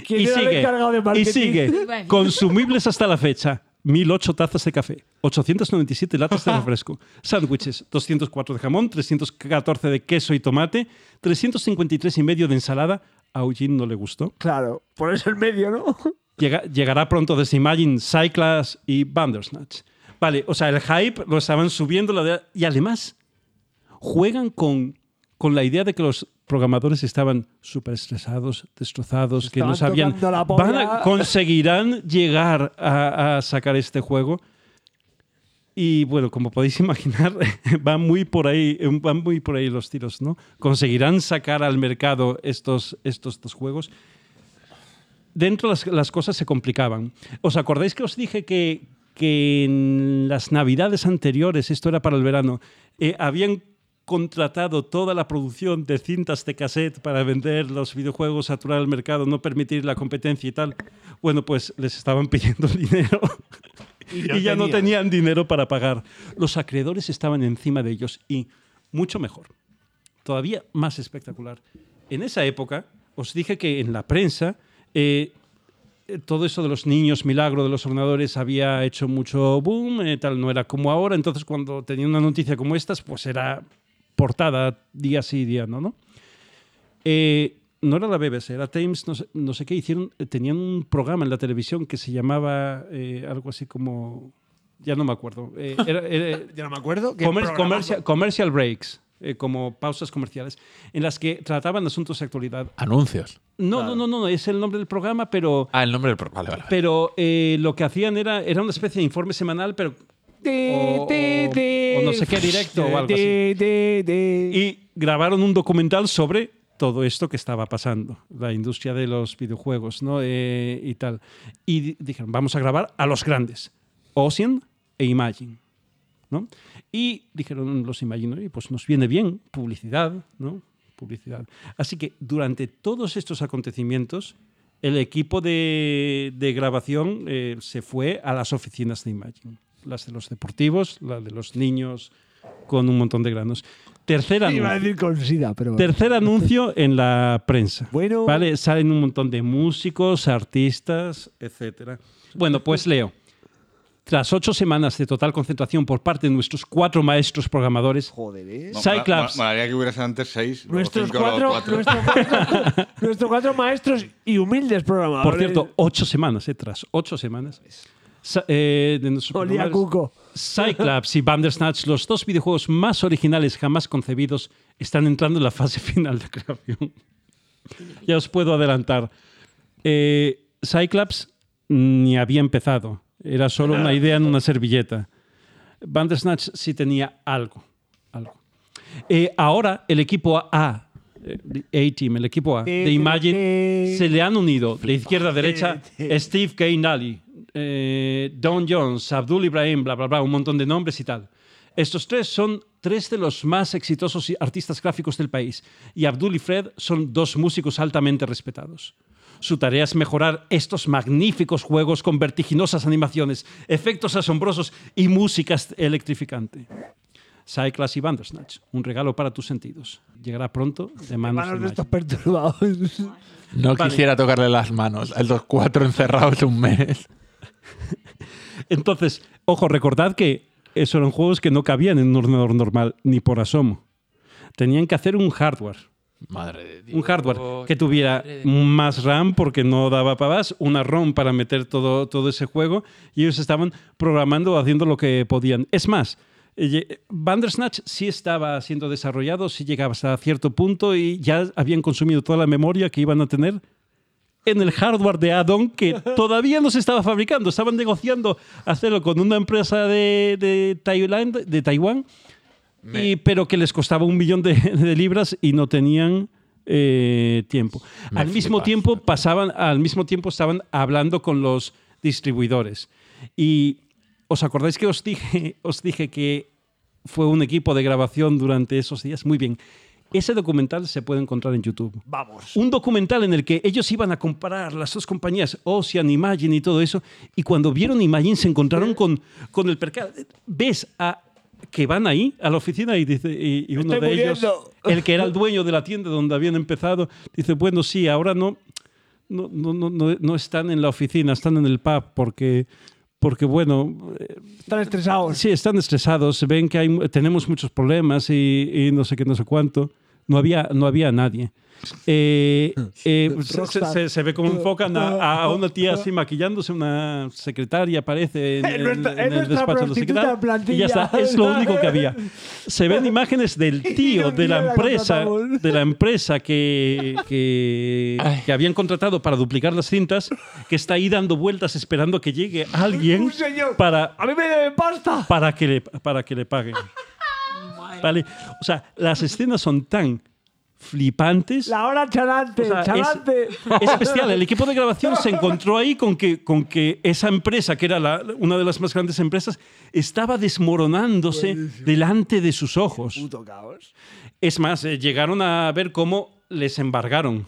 ¿Quién
y
era el
sigue,
encargado de
y
marketing?
sigue. Consumibles hasta la fecha. 1008 tazas de café, 897 latas de refresco, sándwiches, 204 de jamón, 314 de queso y tomate, 353 y medio de ensalada. A Eugene no le gustó.
Claro, por eso el medio, (laughs) ¿no?
Llega- llegará pronto desde Imagine, Cyclas y Bandersnatch. Vale, o sea, el hype lo estaban subiendo la de- y además juegan con, con la idea de que los programadores estaban súper estresados, destrozados, que no
estaban
sabían,
tocando la
van a-
polla.
conseguirán llegar a, a sacar este juego. Y bueno, como podéis imaginar, (laughs) van muy por ahí, van muy por ahí los tiros, ¿no? Conseguirán sacar al mercado estos, estos dos juegos dentro las, las cosas se complicaban. ¿Os acordáis que os dije que, que en las navidades anteriores, esto era para el verano, eh, habían contratado toda la producción de cintas de cassette para vender los videojuegos, saturar el mercado, no permitir la competencia y tal? Bueno, pues les estaban pidiendo (laughs) dinero y, ya no tenían dinero para pagar. Los acreedores estaban encima de ellos y mucho mejor todavía más espectacular. En esa época, os dije que en la prensa eh, eh, todo eso de los niños milagro de los ordenadores había hecho mucho boom, eh, tal, no era como ahora. Entonces, cuando tenía una noticia como estas, pues era portada día sí, día no, ¿no? Eh, no era la BBC, era Times, no sé, no sé qué, hicieron, eh, tenían un programa en la televisión que se llamaba eh, algo así como, ya no me acuerdo, eh, era- era-
Ya no me acuerdo.
Comer- comercia- commercial breaks, eh, como pausas comerciales, en las que trataban asuntos de actualidad.
Anuncios.
No, no, no, no, es el nombre del programa, pero,
Ah, el nombre del pro- Vale, vale. vale.
pero eh, lo que hacían era, era una especie de informe semanal, pero O- o- o no sé qué directo o algo así. y grabaron un documental sobre todo esto que estaba pasando, la industria de los videojuegos ¿no? Eh, y tal. Y di- dijeron, vamos a grabar a los grandes, Ocean e Imagine. ¿no? Y dijeron los Imagine, "Oye, pues nos viene bien publicidad, ¿no? publicidad. Así que durante todos estos acontecimientos, el equipo de, de grabación eh, se fue a las oficinas de Imagine, las de los deportivos, la de los niños con un montón de granos. Tercera
Iba a decir con sida, pero. bueno.
Tercer anuncio en la prensa.
Bueno.
Vale, salen un montón de músicos, artistas, etcétera. Bueno, pues leo. Tras ocho semanas de total concentración por parte de nuestros cuatro maestros programadores,
Joder, ¿eh?
Mo-
Cyclops.
mo- molaría que hubieras antes seis. luego
Nuestros
cinco, luego
cuatro, nuestros
(laughs)
cuatro- nuestros cuatro maestros y humildes programadores.
por cierto, ocho semanas, eh, tras ocho semanas, sa- eh, de nuestros
Olía a
programadores,
cuco. (laughs)
Cyclops y Bandersnatch, los dos videojuegos más originales jamás concebidos, están entrando en la fase final de creación. ya os puedo adelantar. Eh, Cyclops ni había empezado. Era solo
Ah.
una idea en una servilleta. Bandersnatch sí tenía algo. algo. Eh, ahora el equipo A, eh, A-Team, el equipo A de Imagine, se le han unido de izquierda a derecha Steve K. Nally, eh, Don Jones, Abdul Ibrahim, bla, bla, bla, un montón de nombres y tal. Estos tres son tres de los más exitosos y- artistas gráficos del país y Abdul y Fred son dos músicos altamente respetados. Su tarea es mejorar estos magníficos juegos con vertiginosas animaciones, efectos asombrosos y música est- electrificante. Cyclas y Bandersnatch, un regalo para tus sentidos. Llegará pronto de manos,
Manos
de
de estos
Magic.
perturbados.
No
Vale.
quisiera tocarle las manos a los cuatro encerrados un mes.
Entonces, ojo, recordad que eso eran juegos que no cabían en un ordenador normal, ni por asomo. Tenían que hacer un hardware.
Madre de Dios.
un hardware que tuviera más RAM porque no daba para más, una ROM para meter todo, todo ese juego y ellos estaban programando, haciendo lo que podían. Es más, eh, ye- Bandersnatch sí estaba siendo desarrollado, sí llegaba hasta cierto punto y ya habían consumido toda la memoria que iban a tener en el hardware de Addon
(laughs)
que todavía no se estaba fabricando, estaban negociando hacerlo con una empresa de, de, Tailand- de Taiwán y- pero que les costaba un millón de, (laughs) de libras y no tenían eh, tiempo.
Me
al mismo
flipas.
tiempo pasaban, al mismo tiempo estaban hablando con los distribuidores. Y os acordáis que os dije, (laughs) os dije que fue un equipo de grabación durante esos días. Muy bien. Ese documental se puede encontrar en YouTube.
Vamos.
Un documental en el que ellos iban a comparar las dos compañías, Ocean, Imagine y todo eso, y cuando vieron Imagine se encontraron con, con el percal. Ves a que van ahí a la oficina y dice y, y uno
Estoy
de ellos,
muriendo.
el que era el dueño de la tienda donde habían empezado, dice, bueno, sí, ahora no, no, no, no, no- no están en la oficina, están en el pub porque, porque bueno,
Están estresados.
Sí, están estresados, ven que hay, tenemos muchos problemas y, y no sé qué, no sé cuánto. No había, no había nadie.
(laughs)
Eh, eh, se, se- se- se ve como enfocan a, a una tía así maquillándose, una secretaria aparece en,
(laughs) Es
en-
nuestra-
en
es
el
nuestra
despacho de la
prostituta
secretaria
en plantilla.
y ya está, es lo único que
(laughs)
había. Se ven imágenes del tío
un
de la
día la
empresa,
contratamos.
de la empresa que, que, que habían contratado para duplicar las cintas, que está ahí dando vueltas esperando que llegue alguien
Un señor.
para,
¡A mí me deben pasta!
para que le, para que le
(laughs)
paguen. Vale. O sea, las escenas son tan flipantes.
La hora
O
chalante,
sea,
chalante.
es, es especial. El equipo de grabación se encontró ahí con que, con que esa empresa, que era la- una de las más grandes empresas, estaba desmoronándose delante de sus ojos.
Puto caos.
Es más, eh, llegaron a ver cómo les embargaron.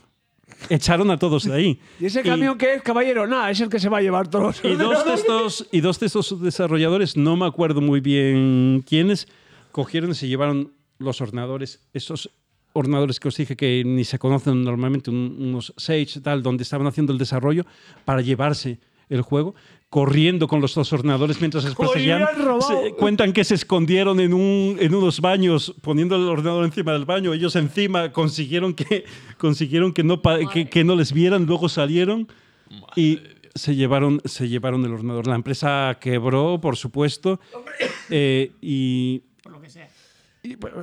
Echaron a todos de ahí.
¿Y ese camión que es, caballero? Nada, es el que se va a llevar todos
(laughs)
los
Y dos, de estos, y dos de estos desarrolladores, no me acuerdo muy bien quiénes, cogieron y se llevaron los ordenadores, esos ordenadores que os dije que ni se conocen normalmente, un- unos Sage, tal, donde estaban haciendo el desarrollo, para llevarse el juego, corriendo con los dos ordenadores mientras les
Joder,
perseguían.
han robado.
Se- cuentan que se escondieron en, un, en unos baños, poniendo el ordenador encima del baño, ellos encima consiguieron que, consiguieron que, no, pa- que, que no les vieran, luego salieron y se llevaron, se llevaron el ordenador. La empresa quebró, por supuesto, eh, y
Por lo que sea.
y, bueno,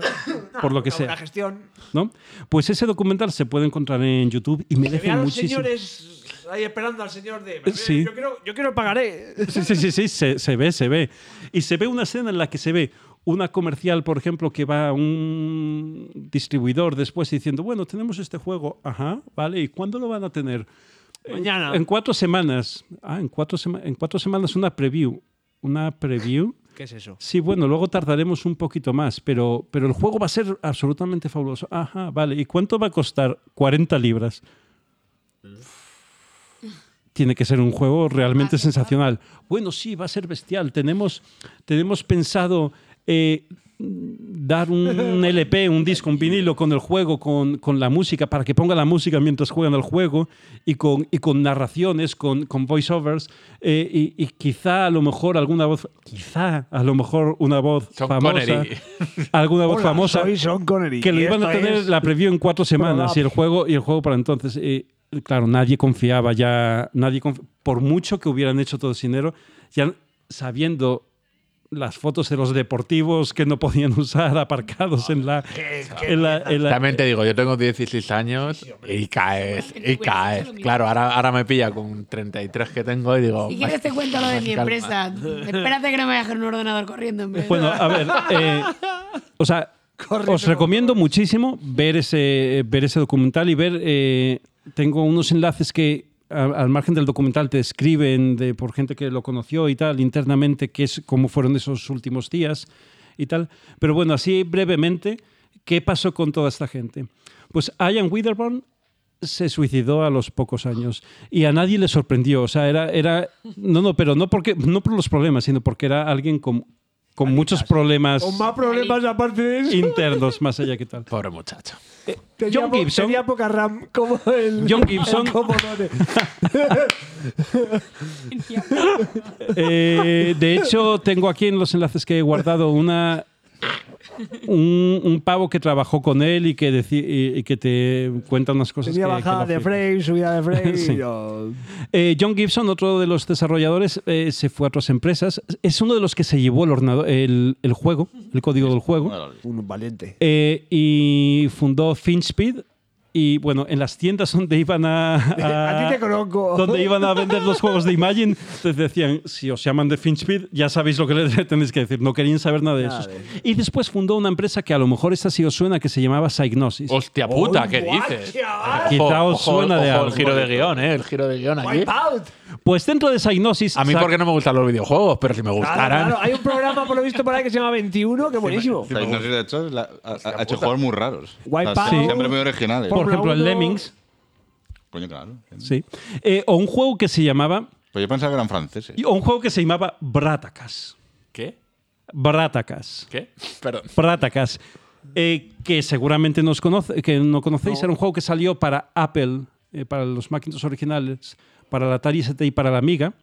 por lo que
La
sea.
gestión.
¿no? Pues ese documental se puede encontrar en YouTube y
Se ve
merece
a los
muchísimo.
señores ahí esperando al señor de.
Sí.
Yo quiero, yo quiero pagaré.
Sí, sí, sí, sí, se, se ve, se ve. Y se ve una escena en la que se ve una comercial, por ejemplo, que va a un distribuidor después diciendo, bueno, tenemos este juego, ajá, vale, ¿y cuándo lo van a tener?
Ah.
Mañana.
En cuatro semanas. Ah, en cuatro, sema- en cuatro semanas una preview. Una preview.
¿Qué es eso?
Sí, bueno, luego tardaremos un poquito más, pero, pero el juego va a ser absolutamente fabuloso. Ajá, vale. ¿Y cuánto va a costar? 40 libras. Tiene que ser un juego realmente sensacional. Bueno, sí, va a ser bestial. Tenemos, tenemos pensado eh, dar un LP, un disco, un vinilo con el juego, con, con la música, para que ponga la música mientras juegan al juego y con, y con narraciones, con, con voiceovers eh, y, y quizá a lo mejor alguna voz, quizá a lo mejor una voz
Sean
famosa,
Connery.
alguna voz famosa
Soy Sean Connery.
que lo
y
iban a
esto
tener
es-
la preview en cuatro semanas y el juego y el juego para entonces eh, claro nadie confiaba ya nadie conf- por mucho que hubieran hecho todo ese dinero ya sabiendo las fotos de los deportivos que no podían (laughs) usar aparcados en la, en la- en la-
También te digo, yo tengo 16 años y caes, y caes. Claro, ahora, ahora me pilla con 33 que tengo y
oh.
digo...
Si quieres te cuento lo de mi
calma.
empresa. Espérate que no me voy a dejar un ordenador corriendo. hombre.
Bueno,
ah,
a ver, eh, o sea, os recomiendo muchísimo ver ese, ver ese documental y ver, eh, tengo unos enlaces que a- al margen del documental te escriben de, por gente que lo conoció y tal, internamente, qué es, cómo fueron esos últimos días y tal. Pero bueno, así brevemente, ¿qué pasó con toda esta gente? Pues Ian Witherborn se suicidó a los pocos años y a nadie le sorprendió. O sea, era, era no, no, pero no porque no por los problemas, sino porque era alguien con, con muchos problemas
Con más problemas aparte de eso.
internos más allá que
(laughs)
tal.
Pobre muchacho.
Tenía
John
po-
Gibson.
Tenía poca RAM como el.
John Gibson.
(laughs) como
(laughs)
Done.
Eh, de hecho, tengo aquí en los enlaces que he guardado una un, un pavo que trabajó con él y que deci- y, y que te cuenta unas cosas.
Tenía
que- que
bajada
la
de
flipas.
frame, subida de
(laughs)
frame.
Sí.
y yo-
Eh, John Gibson, otro de los desarrolladores, eh, se fue a otras empresas. Es uno de los que se llevó el, ordenador- el, el juego, el código del juego,
Un valiente.
eh, y fundó FinSpeed. Y bueno, en las tiendas (laughs) donde iban a,
(laughs) A ti te conozco.
donde iban a vender los juegos de Imagine, les decían, si os llaman de Finchpid, ya sabéis lo que les (laughs) tenéis que decir. No querían saber nada de
Nada
eso.
de eso.
Y después fundó una empresa que a lo mejor esta sí os suena, que se llamaba Psygnosis.
Hostia puta,
Oh,
¿qué
¿Eh?
dices?
Quizá os suena de algo.
el giro de guión, ¿eh? El giro de guión aquí.
Wipeout.
Pues dentro de Psygnosis...
A mí
sac-
porque no me gustan los videojuegos, pero si me
Claro,
gustaran...
claro. Hay un programa, por lo visto, por ahí que se llama 21, que buenísimo.
O sea, no sé si de hecho, la- ha, ha hecho juegos muy raros.
Wipeout.
O sea,
Sí.
Siempre muy originales.
Por
Fórmula
ejemplo, el
Uno.
Lemmings.
Coño, claro.
Sí. Eh, o un juego que se llamaba...
Pues yo pensaba que eran franceses.
O un juego que se llamaba Bratacas.
¿Qué?
Bratacas.
¿Qué? Perdón.
Bratacas. eh, que seguramente nos conoce, que no conocéis. Era un juego que salió para Apple, eh, para los Macintosh originales, para la Atari ST y para la Amiga.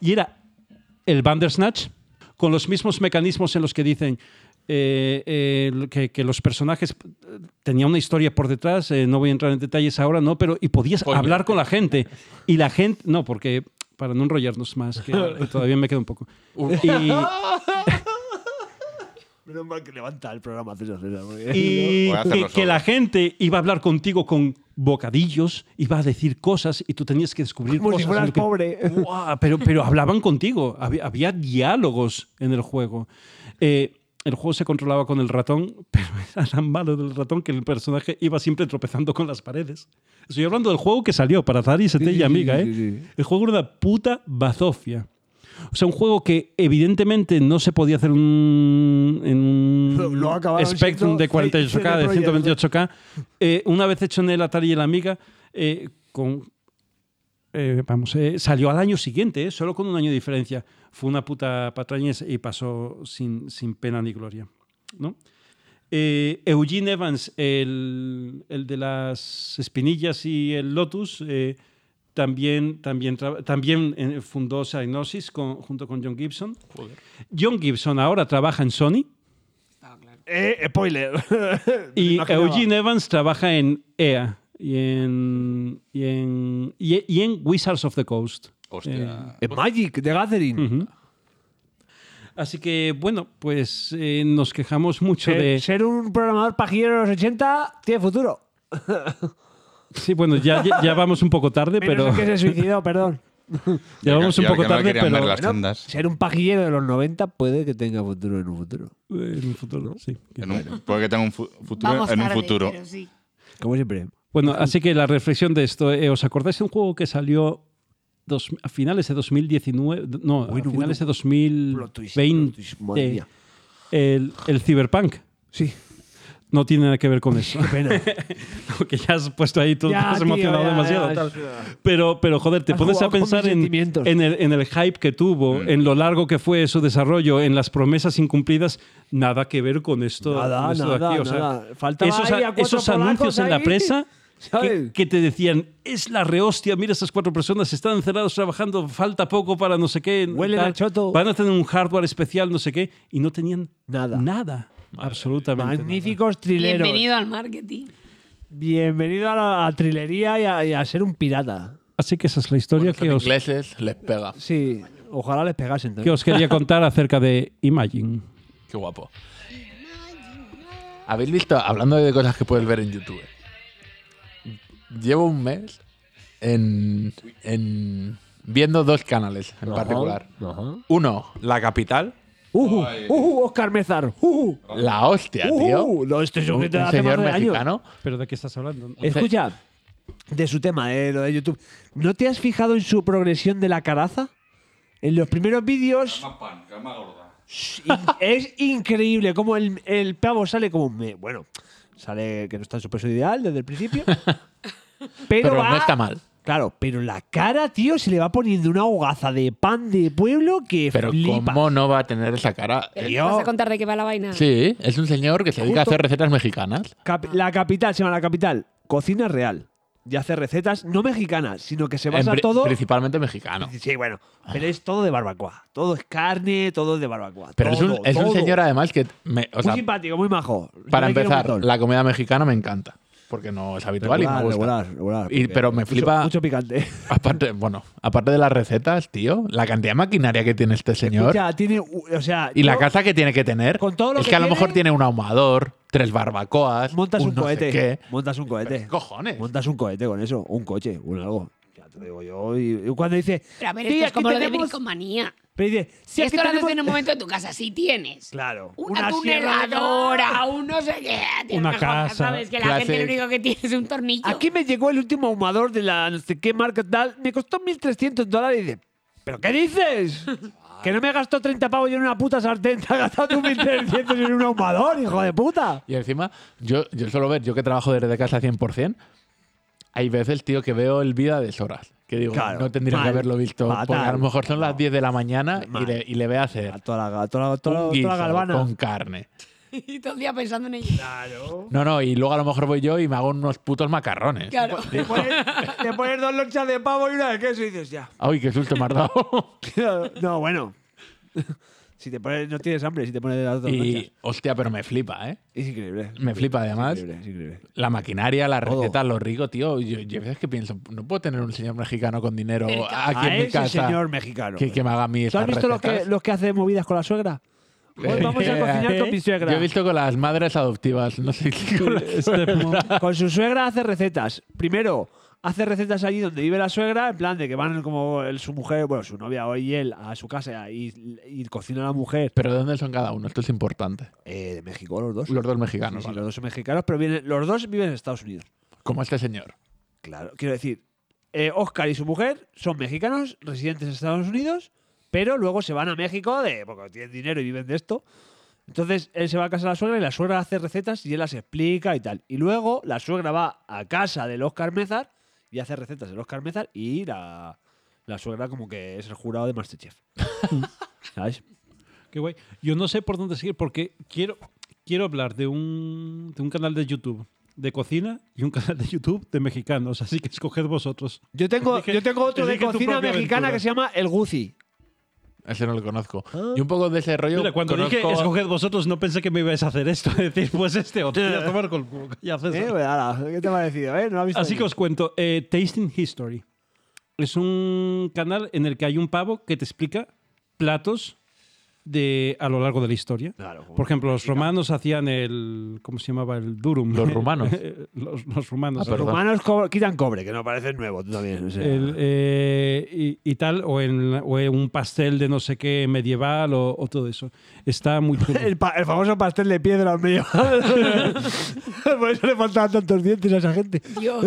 Y era el Bandersnatch con los mismos mecanismos en los que dicen eh, eh, que, que los personajes eh, tenía una historia por detrás, eh, no voy a entrar en detalles ahora, ¿no? Pero y podías
Coño.
hablar con la gente. Y la gente, no, porque para no enrollarnos más, que todavía me queda un poco. Y,
Menos mal que levanta el programa César César. porque-
(laughs) y
Voy a hacerlo
que, que la
solo.
gente iba a hablar contigo con bocadillos, iba a decir cosas y tú tenías que descubrir
Como si
cosas.
fueras
en lo que-
pobre.
(laughs) Guau, pero, pero hablaban contigo, había, había diálogos en el juego. Eh, el juego se controlaba con el ratón, (laughs) pero era tan malo del ratón que el personaje iba siempre tropezando con las paredes. Estoy hablando del juego que salió para Atari, ST y Amiga, ¿eh? El juego era una puta bazofia. O sea, un juego que evidentemente no se podía hacer un, en
Lo-
un
lo acabaron
Spectrum
siendo
de 48K, de
CD Projekt, ¿no?
128K. Eh, una vez hecho en el Atari y el Amiga, eh, con, eh, vamos, eh, salió al año siguiente, eh, solo con un año de diferencia. Fue una puta patrañez y pasó sin, sin pena ni gloria. ¿no? Eh, Eugene Evans, el, el de las espinillas y el Lotus, eh, también, también, tra- también eh, fundó Psygnosis con- junto con John Gibson. John Gibson ahora trabaja en Sony
Eh,
(laughs)
spoiler.
y
imaginaba.
Eugene Evans trabaja en EA y en, y en, y- y en Wizards of the Coast.
¿Eh?
Hostia.
Magic, The Gathering.
Ujú. Así que, bueno, pues eh, nos quejamos
Eh,
mucho
Ser,
de...
ser un programador pajillero de los 80 tiene futuro.
Sí, bueno, ya, ya, ya vamos un poco
(laughs)
tarde,
Menos
pero...
el que se (laughs) suicidó, perdón.
Ya vamos un
Y al
poco
que no le
tarde, pero...
querían ver las sendas.
Ser un pajillero de los 90 puede que tenga futuro en un futuro.
Eh, En un futuro, sí.
En un- puede que tenga un fu- futuro
Vamos
en
tarde,
un futuro.
pero sí.
Como siempre.
Bueno, así que la reflexión de esto, eh, ¿os acordáis de un juego que salió dos- a finales de 2019? No, a
Bueno,
finales
bueno.
de
Plot twist, plot twist, madre
2020.
mía.
El, el Cyberpunk.
Sí,
No tiene nada que ver con eso. (laughs)
qué (laughs) pena.
Porque ya has puesto ahí, tú te
Ya,
has
tío,
emocionado
ya,
demasiado.
ya,
tal.
ya.
Pero, pero joder, te
Has
pones a
jugado con
pensar
mis
en,
sentimientos. Mm.
en el, en el hype que tuvo, en lo largo que fue su desarrollo, en las promesas incumplidas. Nada que ver con esto,
Nada,
con esto de
nada,
aquí. O sea,
nada. Faltaba
esos,
ahí a cuatro
esos
polacos
anuncios en la
ahí,
presa
¿sabes?
que, que te decían, es la rehostia, mira esas cuatro personas, están encerrados trabajando, falta poco para no sé qué.
Huelen a choto.
Van a tener un hardware especial, no sé qué, y no tenían
Nada.
Nada, absolutamente. nada.
Magníficos trileros.
Bienvenido al marketing.
Bienvenido a la a trilería y a, y a ser un pirata.
Así que esa es la historia que os,
ingleses les pega.
Sí, ojalá les pegasen.
que
también.
os quería contar acerca de Imagine.
Qué guapo. ¿Habéis visto? Hablando de cosas que puedes ver en YouTube. Llevo un mes en, en- viendo dos canales en particular. Uno, La Capital.
Uh, uh, Oscar Mezar. Uh,
La hostia, tío.
uh, no, este es un,
un,
que te
un
hace
señor
más de años.
mexicano.
¿Pero de qué estás hablando?
Escucha, de su tema, de lo de YouTube. ¿No te has fijado en su progresión de la caraza? En los primeros vídeos in- es increíble cómo el, el pavo sale como un... me- Bueno, sale que no está en su peso ideal desde el
(laughs)
principio. pero
Pero
va-
no está mal.
Claro, pero la cara, tío, se le va poniendo una hogaza de pan de pueblo que
Pero
flipa.
¿cómo no va a tener esa cara?
Pero-
Eh,
Yo-
¿Vas a contar de qué va la vaina?
Sí, es un señor que se dedica
Justo-
a hacer recetas mexicanas.
Cap- la capital, se llama la capital, cocina real. Y hace recetas no mexicanas, sino que se
En
basa
pri-
todo...
Principalmente mexicano.
Sí, bueno,
Ah.
pero es todo de barbacoa. Todo es carne, todo es de barbacoa.
Pero es, un,
todo,
es un
todo.
señor además que... me- o sea,
muy simpático, muy majo. Yo
para
le quiero un
empezar,
montón.
la comida mexicana me encanta. Porque no es habitual y me
Regular,
gusta.
regular, regular,
Y-
porque
pero me
mucho-
flipa-
Mucho picante.
Aparte, bueno, aparte de las recetas, tío, la cantidad de maquinaria que tiene este señor
Escucha, tiene. u- O sea,
y la
yo-
casa que tiene que tener.
con todo lo
es
que
que, a lo
tiene-
mejor tiene un ahumador, tres barbacoas,
Montas un,
no sé
cohete.
qué.
Montas un cohete.
¿Qué cojones?
Montas un cohete con eso. Un coche, un algo. Ya te digo yo. Y, y cuando dice.
Pero a ver,
"Sí,
esto es
aquí
como lo de
tenemos-"
bricomanía.
Pero dice. "Sí,
Si
aquí
esto lo haces
tenemos-" (laughs)
en un momento de tu casa, sí tienes.
Claro. sierra
Una,
de-
tuneladora, un no sé qué. tío,
Una
jodas,
casa.
Sabes que la
Clases.
gente lo único que tiene es un tornillo.
Aquí me llegó el último ahumador de la no sé qué marca tal. Me costó 1.300 dólares. Y dice, ¿pero qué dices? que no me gastó 30 pavos yo en una puta sartén. Te has gastado tú 1.300 en un ahumador, hijo de puta.
Y encima, yo, yo solo ver, yo que trabajo desde casa 100%, hay veces, tío, que veo el vida de horas. Que digo,
Claro,
no tendría
mal,
que haberlo visto.
fatal.
Porque a lo mejor son las 10 de la mañana y
Mal.
le, y le ve hacer
A toda la, a toda la- a toda la- toda
un
la
guiso
galvana.
con carne.
Y todo el día pensando en
(laughs)
ello.
No, no, y luego a lo mejor voy yo y me hago unos putos macarrones.
Claro.
Te pones, te pones dos lonchas de pavo y una de queso y dices, (laughs) ya.
Ay, qué susto me has dado.
no, bueno. (laughs) si te pones, no tienes hambre si te pones las (laughs) dos lonchas.
y, hostia, pero me flipa, ¿eh?
Es increíble.
Me flipa, además.
Es increíble, es increíble.
La maquinaria, la
Todo.
receta, lo rico, tío. Yo, yo a veces que pienso, no puedo tener un señor mexicano con dinero
Cerca.
aquí
A
en mi
ese
casa
señor mexicano.
que, que me haga a mí
¿Tú has
estas
visto los que,
recetas.
los que hace movidas con la suegra? Hoy vamos a
Eh,
cocinar
(laughs)
con mi suegra.
Yo he visto con las madres adoptivas, no sé qué con las- (laughs)
Con su suegra hace recetas. Primero, hace recetas allí donde vive la suegra, en plan de que van como el- su mujer, bueno, su novia o y él a su casa y, y cocina la mujer.
Pero ¿de dónde son cada uno? Esto es importante.
Eh, de México, los dos.
Los dos
Sí,
mexicanos,
sí,
¿vale?
los dos son mexicanos, pero vienen, los dos viven en Estados Unidos.
como este señor.
Claro, quiero decir, eh, Oscar y su mujer son mexicanos, residentes en Estados Unidos, pero luego se van a México de, porque tienen dinero y viven de esto. Entonces él se va a casa de la suegra y la suegra hace recetas y él las explica y tal. Y luego la suegra va a casa del Oscar Mezar y hace recetas del Oscar Mezar y la, la suegra como que es el jurado de (laughs) Masterchef. ¿Sabes?
Qué guay. Yo no sé por dónde seguir porque quiero, quiero hablar de un, de un canal de YouTube de cocina y un canal de YouTube de mexicanos, así que escoged vosotros.
Yo tengo,
Elige-
yo tengo otro de
elige tu
cocina
propia
mexicana
aventura.
que se llama El Guzi.
Ese no lo conozco. Y un poco de ese rollo.
Mira, cuando
conozco-
dije escoged vosotros no pensé que me ibais a hacer esto, (laughs) de decir pues este otro,
(laughs)
y a tomar con el culo, ya haces
¿Eh?
eso.
Pues, ala, ¿Qué te ha parecido? eh? ¿No lo has visto
Así que
ahí?
os cuento, eh, Tasting History. Es un canal en el que hay un pavo que te explica platos de, a lo largo de la historia.
Claro, como-
Por ejemplo, los romanos hacían el. ¿Cómo se llamaba? El durum. Eh, (laughs)
Los rumanos.
los, los rumanos.
Ah, perdón.
Humanos co- quitan cobre, que no parece nuevo, tú también. o sea.
El, eh, y, y tal, o en, la- o en un pastel de no sé qué medieval o, o todo eso. Está muy
(laughs)
chulo.
El, pa- el famoso pastel de piedra mío. (laughs) Por eso le faltaban tantos dientes a esa gente.
Dios.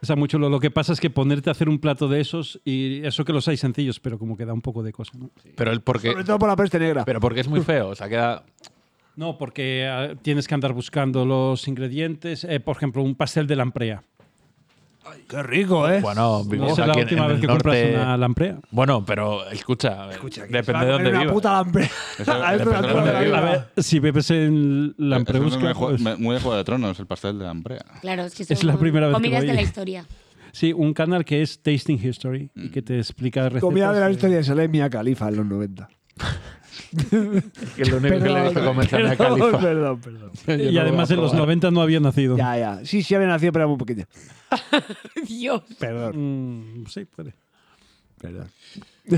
Está muy chulo. Lo que pasa es que ponerte a hacer un plato de esos, y eso que los hay sencillos, pero como que da un poco de cosa, ¿no?
Pero el porque,
Sobre todo por la peste negra.
pero porque es muy feo. O sea, queda.
No, porque ah, tienes que andar buscando los ingredientes. Eh, por ejemplo, un pastel de lamprea.
Qué rico, ¿eh?
Bueno,
No
vivimos
es la
aquí en-
última
en
vez
el
que compras
norte.
una lamprea.
Bueno, pero escucha,
Escucha, que se va
depende
a
de
comer
dónde
una
vivas.
puta
(laughs)
lamprea.
Eso-
A esto
depende
la
de
comen
dónde
aquí.
A
vivas.
ver, si bebes
Eh,
en
Eso es
lampreusca,
muy de Jue-
pues-
me- muy de Juego de Tronos, el pastel de Lamprea.
Claro, es que
Es
son
la primera vez que
comidas
voy.
de la historia. (laughs)
Sí, un canal que es Tasting History
Mm.
y que te explica recetas.
Comida de la
de-
historia de Salemia Califa en los 90.
Que es lo único que le he visto comenzar a
(laughs) Perdón,
Califa.
Oh, perdón, perdón.
Y además en los 90 no había nacido.
Ya, ya. Sí, sí había nacido, pero era muy pequeña.
Dios.
Perdón.
Mm, sí, puede.
perdón.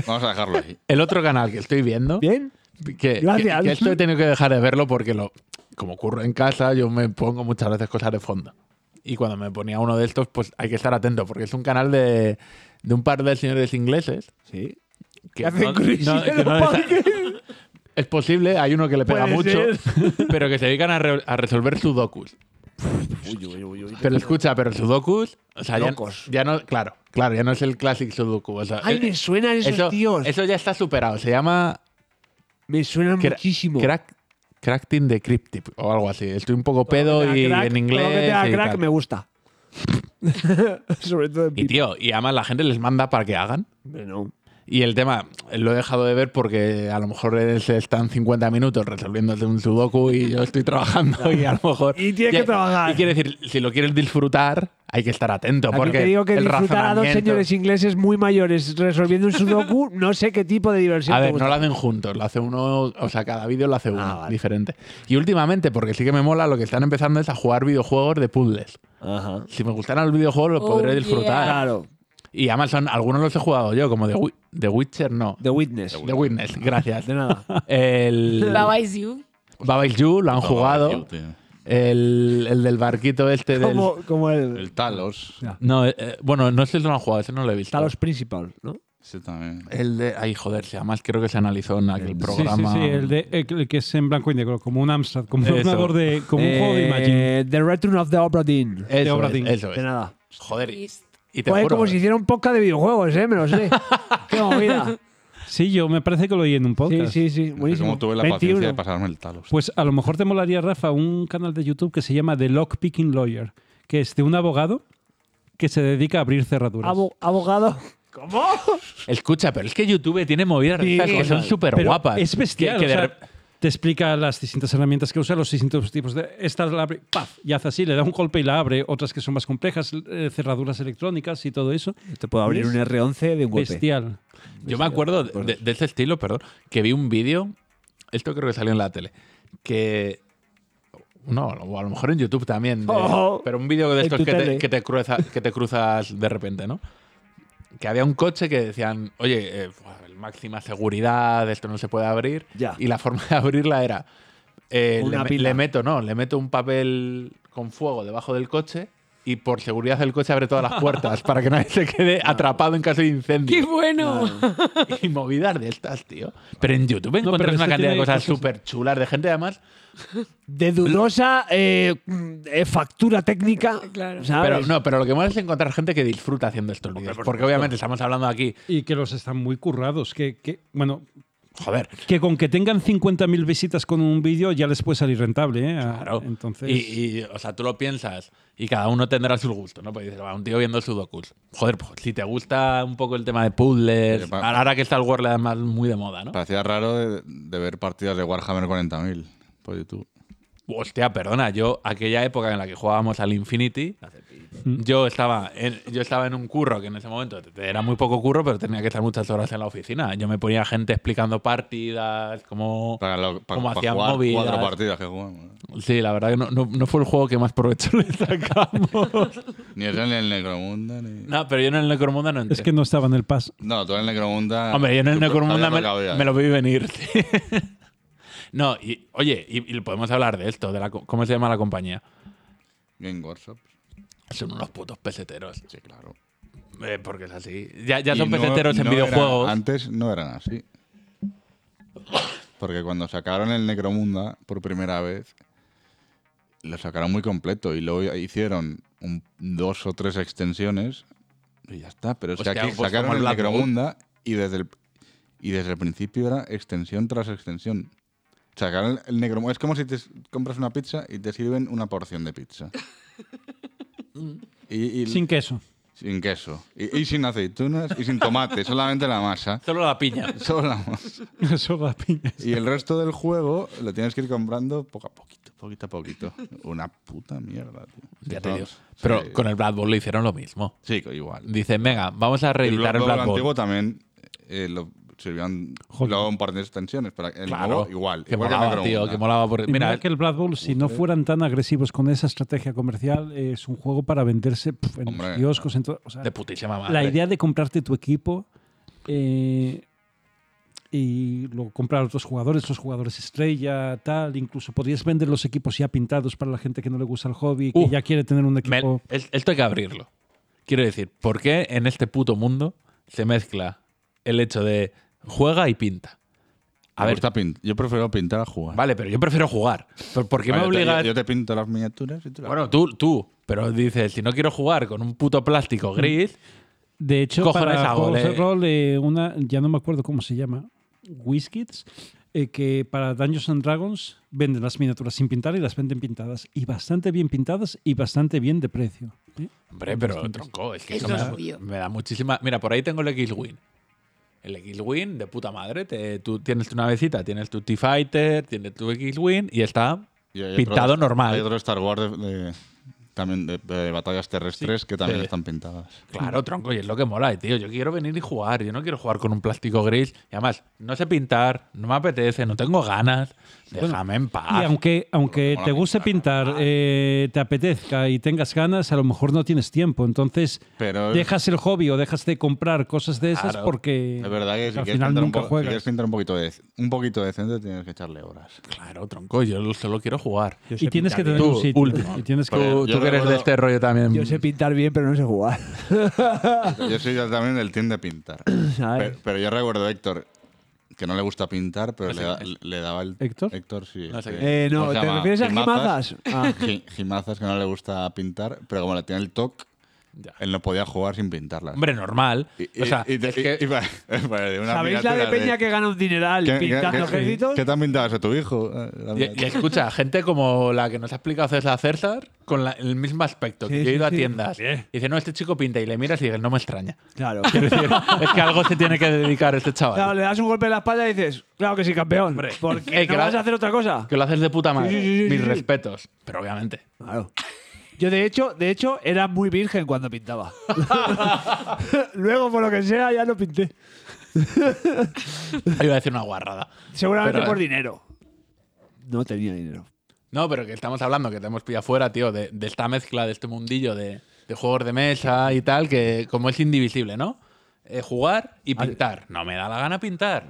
Vamos a dejarlo ahí.
El otro canal que estoy viendo, que,
¿Bien?
que,
Gracias.
que esto he tenido que dejar de verlo porque lo, como ocurre en casa, yo me pongo muchas veces cosas de fondo. Y cuando me ponía uno de estos, pues hay que estar atento, porque es un canal de, de un par de señores ingleses.
Sí.
Que
hacen crisis
que
en los (laughs)
no les-
parques.
es posible, hay uno que le pega
Puede
mucho,
ser.
(laughs) pero que se dedican a, re- a resolver sudokus.
Uy, uy, uy, uy.
Pero escucha, pero sudokus, o sea, ya,
Locos.
ya no, claro, claro, ya no es el clásico sudoku. o sea,
Ay,
eh,
me suenan esos
eso,
tíos.
eso ya está superado. Se llama
me suenan
cra-
muchísimo.
crack, Cracking the Cryptid o algo así. Estoy un poco pedo
Todo lo que
y
tenga crack-
en
todo lo que
inglés.
tenga
y,
crack
tal.
me
(laughs)
gusta. Sobre todo en
Y,
pipa.
tío, y además la gente les manda para que hagan.
Bueno,
Y el tema lo he dejado de ver porque a lo mejor es- están 50 minutos resolviéndote un sudoku y yo
(laughs)
estoy trabajando y a lo mejor...
Y tienes que trabajar.
Y quiere decir, si lo quieres disfrutar, hay que estar atento
Aquí
porque
te digo que
el
disfrutar a dos
razonamiento-
señores ingleses muy mayores resolviendo un sudoku, no sé qué tipo de diversión
A
te
ver,
gusta. Ah,
no lo hacen juntos, lo hace uno, o sea, cada vídeo lo hace uno,
vale.
diferente. Y últimamente, porque sí que me mola, lo que están empezando es a jugar videojuegos de puzzles.
Ajá.
Si me gustaran los videojuegos, los
Oh,
podré
yeah.
disfrutar.
Claro,
Y además, son, algunos los he jugado yo, como The, Wi- The Witcher, no.
The Witness.
The Witness, (laughs) gracias.
De nada.
(laughs)
El
Baba is you.
Babayu lo han (laughs) jugado. El, el del barquito este del...
como, como el,
El Talos.
No, eh, eh, bueno, no sé si lo han jugado, ese no lo he visto.
Talos Principal, ¿no?
Sí, también.
El de... Ay, joder, si además creo que se analizó en aquel
Sí,
programa.
Sí, sí, el, de, el que es en blanco y negro, como un Amstrad, como un
Eso.
ordenador de. como un juego de
Eh,
Imagine.
The Return of the Obra Dinn.
Eso
de Obra
es,
Dinn.
eso es.
De nada.
Joder, y, y te
Pues
juro,
como si hiciera un podcast de videojuegos, ¿eh? Me lo sé. qué movida.
Sí, yo me parece que lo oí en un
Sí,
podcast.
sí, sí. Buenísimo.
Como tuve la
21.
paciencia de pasarme el Talos.
Pues a lo mejor te molaría, Rafa, un canal de YouTube que se llama The Lockpicking Lawyer, que es de un abogado que se dedica a abrir cerraduras.
Abo- abogado. ¿Cómo?
Escucha, pero es que YouTube tiene movidas
Sí,
raras que son
total.
súper
Pero
guapas.
Es bestial.
Que- que
o sea,
de rep-
te explica las distintas herramientas que usa, los distintos tipos de. Esta la abre, ¡paf! Y hace así, le da un golpe y la abre. Otras que son más complejas, eh, cerraduras electrónicas y todo eso.
Te puedo abrir un R11 de un golpe.
Bestial.
Pues
Yo me acuerdo de, de- de ese estilo, perdón, que vi un vídeo, esto creo que salió en la tele, que... No, o a lo mejor en YouTube también. de-
Oh,
pero un vídeo de
en
estos
tu
que te,
tele.
que, te cruza- que te cruzas de repente, ¿no? Que había un coche que decían, oye, eh, el máxima seguridad, esto no se puede abrir.
Ya.
Y la forma de abrirla era, eh,
Una
le, me-
pila.
le meto, no, le meto un papel con fuego debajo del coche y por seguridad del coche abre todas
(laughs)
las puertas para que nadie se quede atrapado en caso de incendio.
¡Qué bueno!
(laughs) y movidas de estas, tío. Pero en YouTube encuentras
pero
una
este
cantidad de
tiene
cosas
cosas-
súper chulas de gente, además.
De dudosa eh, mm, eh, factura técnica.
Eh,
(laughs) Claro.
¿sabes?
Pero no, pero lo que mola Ah, es encontrar gente que disfruta haciendo estos vídeos. porque obviamente estamos hablando aquí,
Y que los están muy currados. Que, que- bueno,
joder.
que con que tengan 50.000 visitas con un vídeo ya les puede salir rentable. ¿eh? A-
Claro.
Entonces,
Y, y, o sea, tú lo piensas y cada uno tendrá su gusto, ¿no? Pues dices, va, un tío viendo sudokus. Joder, pues, si te gusta un poco el tema de puzzles,
Oye, pa-
ahora que está el World además muy de moda, ¿no?
Parecía raro de, de ver partidas de Warhammer 40.000 por YouTube.
Hostia, perdona, yo aquella época en la que jugábamos al Infinity, Yo estaba, en, yo estaba en un curro que en ese momento te- era muy poco curro, pero tenía que estar muchas horas en la oficina. Yo me ponía gente explicando partidas, como...
Para, lo- pa-
Como
pa
hacían
jugar
móviles.
cuatro partidas que jugamos.
Sí, la verdad que no, no- no fue el juego que más provecho le sacamos.
Ni eso en el Necromunda ni.
no, pero yo en el Necromunda no entré.
Es que no estaba en el pass.
No, tú en el Necromunda.
Hombre, yo en el
Sabía
Necromunda
lo
me,
que había. ¿eh?
me lo vi venir. (laughs) sí. no, y oye, y, y podemos hablar de esto, de la, co- ¿cómo se llama la compañía?
Game Workshop.
Son unos putos peseteros.
Sí, claro.
Eh, porque es así. Ya, ya
Y
son
no-
peseteros en
no eran-
videojuegos.
antes no eran así. Porque cuando sacaron el Necromunda por primera vez, lo sacaron muy completo y luego hicieron un- dos o tres extensiones y ya está. Pero es que
Hostia,
aquí
pues
sacaron
como
el
Blood Bowl.
Necromunda y desde el, y desde el principio era extensión tras extensión. Sacaron el Necromunda. Es como si te s- compras una pizza y te sirven una porción de pizza. Y- y-
Sin queso. (laughs)
sin queso. Y, y sin aceitunas y sin tomate, solamente la masa.
Solo la piña.
Solo la masa.
Eso va piñas.
Y el resto del juego lo tienes que ir comprando poco a poquito, poquito a poquito. Una puta mierda, tío.
(laughs) Ya te
No,
digo.
sí.
Pero con el Blood Bowl lo hicieron lo mismo.
Sí, co- igual.
Dicen, venga, vamos a
El
reeditar el
Blood
Blood
Bowl
Bowl.
antiguo también eh, lo servían
Joder.
luego un par de extensiones. Pero el
Claro,
nuevo, igual.
Que
igual que el
molaba,
Necromunda.
tío, que molaba. Porque,
Y Mira,
mira,
que el Blood Bowl, si no fueran tan agresivos con esa estrategia comercial, es un juego para venderse puf, en los
Hombre.
kioscos. en todo- o sea,
de putísima madre.
la idea de comprarte tu equipo eh, y luego comprar a otros jugadores, los jugadores estrella, tal, incluso podrías vender los equipos ya pintados para la gente que no le gusta el hobby, que
Uh,
ya quiere tener un
Me-
equipo.
es- esto hay que abrirlo. Quiero decir, ¿por qué en este puto mundo se mezcla el hecho de juega y pinta? A
Me
ver,
gusta pin- yo prefiero pintar a jugar.
vale, pero yo prefiero jugar. ¿Por, por qué
Vale,
me
yo te-
obligas?
Yo, yo te pinto las miniaturas y tú las-
bueno, tú, tú. Pero dices, si no quiero jugar con un puto plástico (laughs) gris,
De hecho,
Cojones
para
hago,
juegos de
le-
rol, eh, una, ya no me acuerdo cómo se llama, Whiskids, eh, que para Dungeons and Dragons venden las miniaturas sin pintar y las venden pintadas. Y bastante bien pintadas y bastante bien de precio. ¿eh?
Hombre, pero tronco, es que
Es
eso me
lo
da,
suyo.
me da muchísima. Mira, por ahí tengo el X-Wing. El X-Wing de puta madre. te- tú tienes tu navecita, tienes tu T-Fighter, tienes tu X-Wing y está
Y hay otro-
pintado
Hay
normal.
otro Star Wars de, de- también de, de batallas terrestres que también
sí.
están pintadas.
Claro, tronco, y es lo que mola, eh, tío. Yo quiero venir y jugar, yo no quiero jugar con un plástico gris. Y además, no sé pintar, no me apetece, no tengo ganas. Déjame en paz.
y aunque, aunque
Ah, mola Ah.
te guste pintar, eh, te apetezca y tengas ganas, a lo mejor no tienes tiempo. Entonces,
Pero es-
dejas el hobby o dejas de comprar cosas de esas
Claro.
porque
Es verdad que si
al
quieres,
final
pintar un
nunca
po- si
juegas.
quieres pintar un poquito, de, un poquito decente, tienes que echarle horas.
Claro, tronco, yo solo quiero jugar.
y tienes que
pintar
tener
bien.
un
Tú,
sitio.
último.
Y tienes que-
Pero
Tú,
yo
tú que eres
recuerdo-
de este rollo también.
Yo sé pintar bien, pero no sé jugar. (laughs)
Yo soy ya también del team de pintar.
¿Sabes?
pero, pero yo recuerdo a Héctor, que no le gusta pintar, pero le, da- le daba el.
¿Héctor?
Héctor, sí.
No sé
este,
Eh, no,
¿cómo se
¿te
llama?
refieres a Jimazas? Ah.
(laughs) Ji- Jimazas, que no le gusta pintar, pero como le tiene el toque,
Ya.
él no podía jugar sin pintarlas.
Hombre, normal.
Y-
o sea,
y- y te-
es que-
y- (laughs) y- bueno, de una
¿Sabéis la de
miniatura
Peña que gana un dineral
¿Qué- qué-
pintando
qué-
ejércitos?
¿Qué te han pintado eso tu hijo? Eh, la
Y, y
miniatura.
escucha, gente como la que nos ha explicado César César, con la- el mismo aspecto. que
Sí,
yo he ido
sí,
a
sí.
tiendas. Y dice, no, este chico pinta y le miras y dices, no me extraña.
Claro.
(laughs) Es decir, es que algo se tiene que dedicar este chaval.
Claro, le das un golpe en la espalda y dices, claro que sí, campeón.
Hombre. (laughs)
Porque
Eh, que
no
la-
vas a hacer otra cosa.
Que lo haces de puta madre.
Sí, sí, sí,
Mis
sí, sí.
respetos. Pero obviamente.
Claro. (laughs) Yo, de hecho, de hecho, era muy virgen cuando
(laughs)
pintaba. (laughs) Luego, por lo que sea, ya no pinté.
Iba a decir una guarrada.
Seguramente
Pero- eh,
por dinero. No tenía dinero.
No, pero que estamos hablando, que te hemos pillado fuera, tío, de, de esta mezcla, de este mundillo de, de juegos de mesa y tal, que como es indivisible, ¿no? Eh, jugar y pintar. No me da la gana pintar.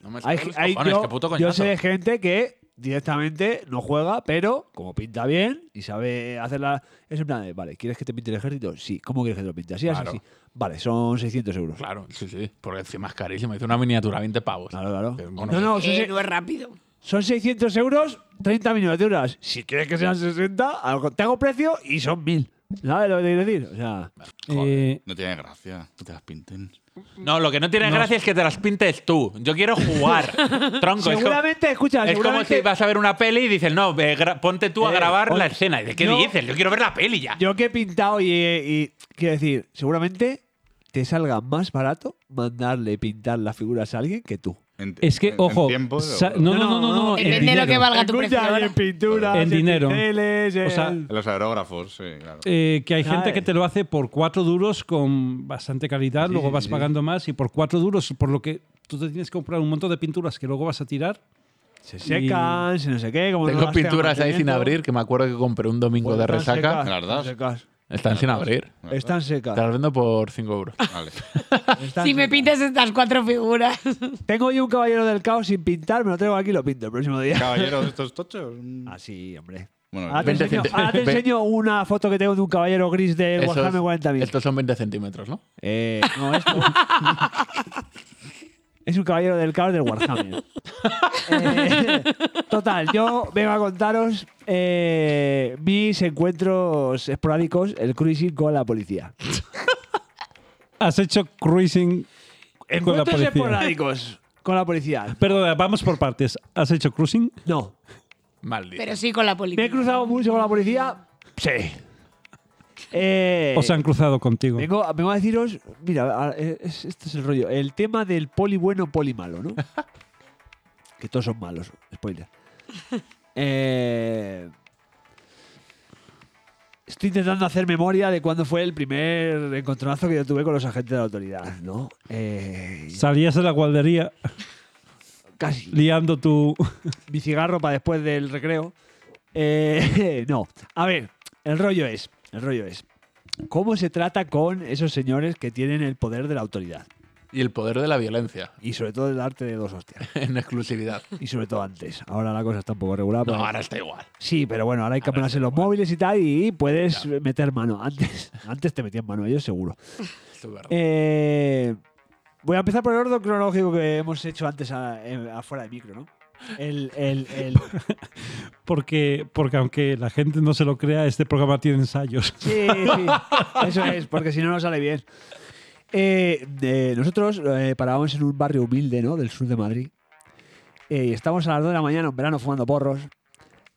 No me
Hay,
salen los
hay-
cojones,
yo,
qué puto
yo
coñazo.
sé de gente que directamente no juega, pero como pinta bien y sabe hacerla. Es en plan de, vale, ¿quieres que te pinte el ejército? Sí. ¿Cómo quieres que te lo pinte? Así, así,
Claro.
así. Vale, son 600 euros. Claro,
Claro, sí, sí. Porque encima es carísimo. Hice una miniatura, 20 pavos.
claro.
Pero bueno,
No, no, son,
Eh,
se-
no es rápido.
son 600 euros, 30 miniaturas. Si quieres que sean 60, algo- te hago precio y son 1000. ¿Sabes lo que te quiero decir? O sea,
Eh,
No tiene gracia que te las pinten.
No, lo que no tiene gracia es que te las pintes tú. Yo
(laughs)
quiero jugar. Tronco, es como-
seguramente, escucha,
Es como
seguramente.
si vas a ver una peli y dices, no, ve, gra- ponte tú a
Eh,
grabar la
oye,
escena. ¿Y de qué
yo-
dices? Yo quiero ver la peli ya.
Yo que he pintado y, y- quiero decir, seguramente te salga más barato mandarle pintar las figuras a alguien que tú.
En-
Es que,
en- en
ojo,
tiempo,
sa-
pero-
no, no, no, no, no, en
Depende de lo que
dinero.
valga tu precio.
Escucha,
ahora.
en pintura,
En dinero.
pinceles,
O sea,
en-
Los aerógrafos, sí, claro.
Eh, que hay
Ah,
gente
eh.
que te lo hace por cuatro duros con bastante calidad, luego vas pagando más y por cuatro duros, por lo que tú te tienes que comprar un montón de pinturas que luego vas a tirar.
se secan, se no sé qué. Como no
Tengo
gastan
pinturas ahí sin
mantenimiento.
abrir, que me acuerdo que compré un domingo
Bueno,
de
están
resaca.
secas,
La verdad.
Están secas.
Están sin abrir.
Están
Te
secas.
las vendo por 5 euros.
Vale.
están
Si me
secas.
pintas estas cuatro figuras. (laughs)
Tengo hoy un caballero del caos sin pintar, me lo traigo aquí y lo pinto el próximo día.
Caballero de estos tochos. mm.
Así, hombre.
Bueno,
Ahora te,
Ah, Vente,
enseño,
gente.
ahora te
Ve-
enseño una foto que tengo de un caballero gris de
Esos-
Warhammer 40.000.
estos son 20 centímetros, ¿no?
Eh, no, esto.
(laughs)
es un caballero del caos del Warhammer. Eh, total, yo vengo a contaros eh, mis encuentros esporádicos, el cruising con la policía.
Has hecho cruising con la
Encuentros
policía.
esporádicos con la policía.
Perdona, vamos por partes. ¿Has hecho cruising?
No.
Maldito.
Pero sí con la
¿Me he
policía.
cruzado mucho con la policía? Sí. Eh,
¿O se han cruzado contigo?
Vengo, vengo a deciros, mira, a- es- este es el rollo, el tema del poli bueno, poli malo, ¿no? que todos son malos, spoiler. Eh, estoy intentando hacer memoria de cuándo fue el primer encontronazo que yo tuve con los agentes de la autoridad, ¿no? Eh,
Salías de la guardería
casi.
liando tu...
mi cigarro para después del recreo. Eh, (laughs) no, a ver, el rollo es, el rollo es, ¿cómo se trata con esos señores que tienen el poder de la autoridad?
Y el poder de la violencia, (laughs)
Y sobre todo el arte de dos hostias.
en exclusividad.
Y sobre todo antes. Ahora la cosa está un poco regular.
No,
pero-
ahora está igual.
Sí, pero bueno, ahora hay cámaras en los móviles y tal y puedes meter mano. Antes, (laughs) antes te metían mano ellos seguro.
Esto es verdad.
Eh, voy a empezar por el orden cronológico que hemos hecho antes a- en- afuera de micro, ¿no? El, el, el,
Porque, porque aunque la gente no se lo crea, este programa tiene ensayos.
Sí, sí. Eso es, porque si no, no sale bien. Eh, de- nosotros eh, parábamos en un barrio humilde, ¿no? Del sur de Madrid. Eh, y estábamos a las 2 de la mañana, en verano, fumando porros.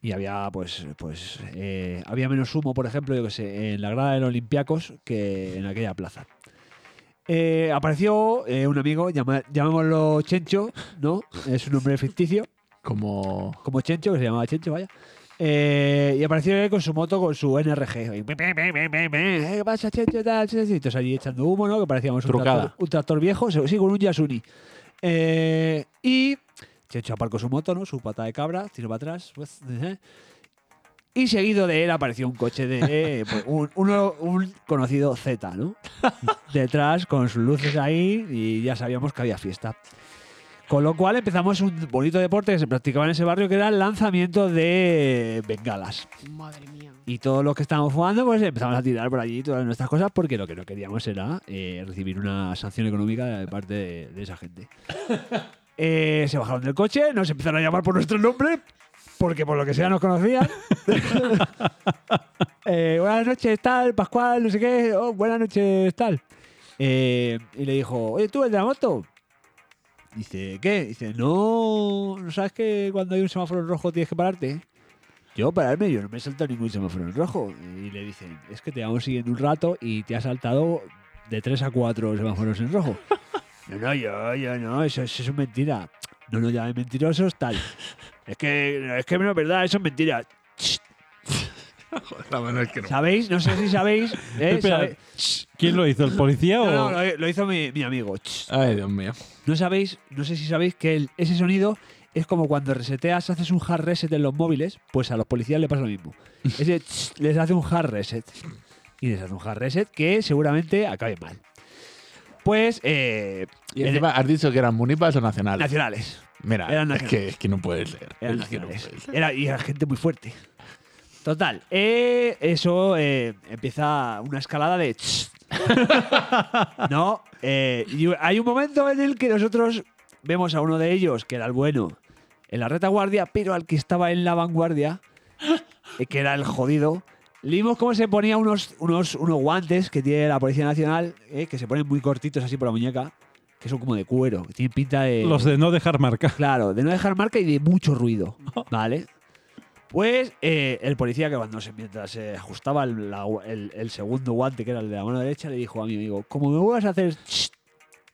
Y había, pues, pues eh, había menos humo, por ejemplo, yo que sé, en la grada de los Olympiacos que en aquella plaza. Eh, apareció eh, un amigo, llama- llamémoslo Chencho, ¿no? Es un nombre ficticio
Como.
como Chencho, que se llamaba Chencho, vaya. Eh, y apareció él con su moto, con su NRG. Y, "Pe, pe, pe, pe, pe, pe, eh, ¿Qué pasa, Chencho? Tal, tal, tal". Y todos allí echando humo, ¿no? Que parecíamos un
Trucada.
tractor, un tractor viejo, se- sí, con un Yasuni. Eh, y Chencho aparcó su moto, ¿no? Su pata de cabra, tiró para atrás. pues, eh. Y seguido de él apareció un coche de eh, pues, un, uno- un conocido Z, ¿no? Detrás, con sus luces ahí, y ya sabíamos que había fiesta. Con lo cual empezamos un bonito deporte que se practicaba en ese barrio, que era el lanzamiento de bengalas.
Madre mía.
Y todos los que estábamos jugando, pues empezamos a tirar por allí todas nuestras cosas, porque lo que no queríamos era eh, recibir una sanción económica de parte de, de esa gente. Eh, se bajaron del coche, nos empezaron a llamar por nuestro nombre, porque por lo que sea nos conocían. (laughs) Eh, buenas noches, tal, Pascual, no sé qué, oh, buenas noches, tal. Eh, y le dijo, oye, tú, el de la moto. Dice, ¿qué? Dice, no, ¿no sabes que cuando hay un semáforo en rojo tienes que pararte? Yo pararme, yo no me he saltado ningún semáforo en rojo. Y le dicen, es que te vamos siguiendo un rato y te has saltado de 3 a 4 semáforos en rojo. (laughs) no, no, yo, yo no, eso, eso es mentira. No nos llamen mentirosos, tal. Es que, es que no es verdad, eso es mentira.
(laughs) Joder, bueno, es que no.
¿Sabéis? No sé si sabéis. ¿eh?
(laughs) Espera,
¿Sabéis?
¿quién lo hizo? ¿El policía
No,
o...?
no, lo, lo hizo mi, mi amigo.
Ay, Dios mío.
No sabéis, no sé si sabéis que el- ese sonido es como cuando reseteas, haces un hard reset en los móviles, pues a los policías les pasa lo (laughs) mismo. Ese tss, les hace un hard reset. Y les hace un hard reset que seguramente acabe mal. Pues, eh,
Y
en-
encima, has dicho que eran munipas o nacionales.
nacionales.
Mira,
eran
es, que, es que no puede ser.
Eran
Es que no
nacionales.
puede ser.
Era, y era gente muy fuerte. Total, eh, eso eh, empieza una escalada de... tss. (laughs) no, eh, y hay un momento en el que nosotros vemos a uno de ellos, que era el bueno, en la retaguardia, pero al que estaba en la vanguardia, eh, que era el jodido, le vimos cómo se ponía unos, unos, unos guantes que tiene la Policía Nacional, eh, que se ponen muy cortitos así por la muñeca, que son como de cuero, que tienen pinta de...
Los de no dejar marca.
(laughs) Claro, de no dejar marca y de mucho ruido, ¿vale? Pues eh, el policía que cuando se, mientras se ajustaba el, la- el- el segundo guante, que era el de la mano derecha, le dijo a mi amigo, como me vuelvas a hacer, ch,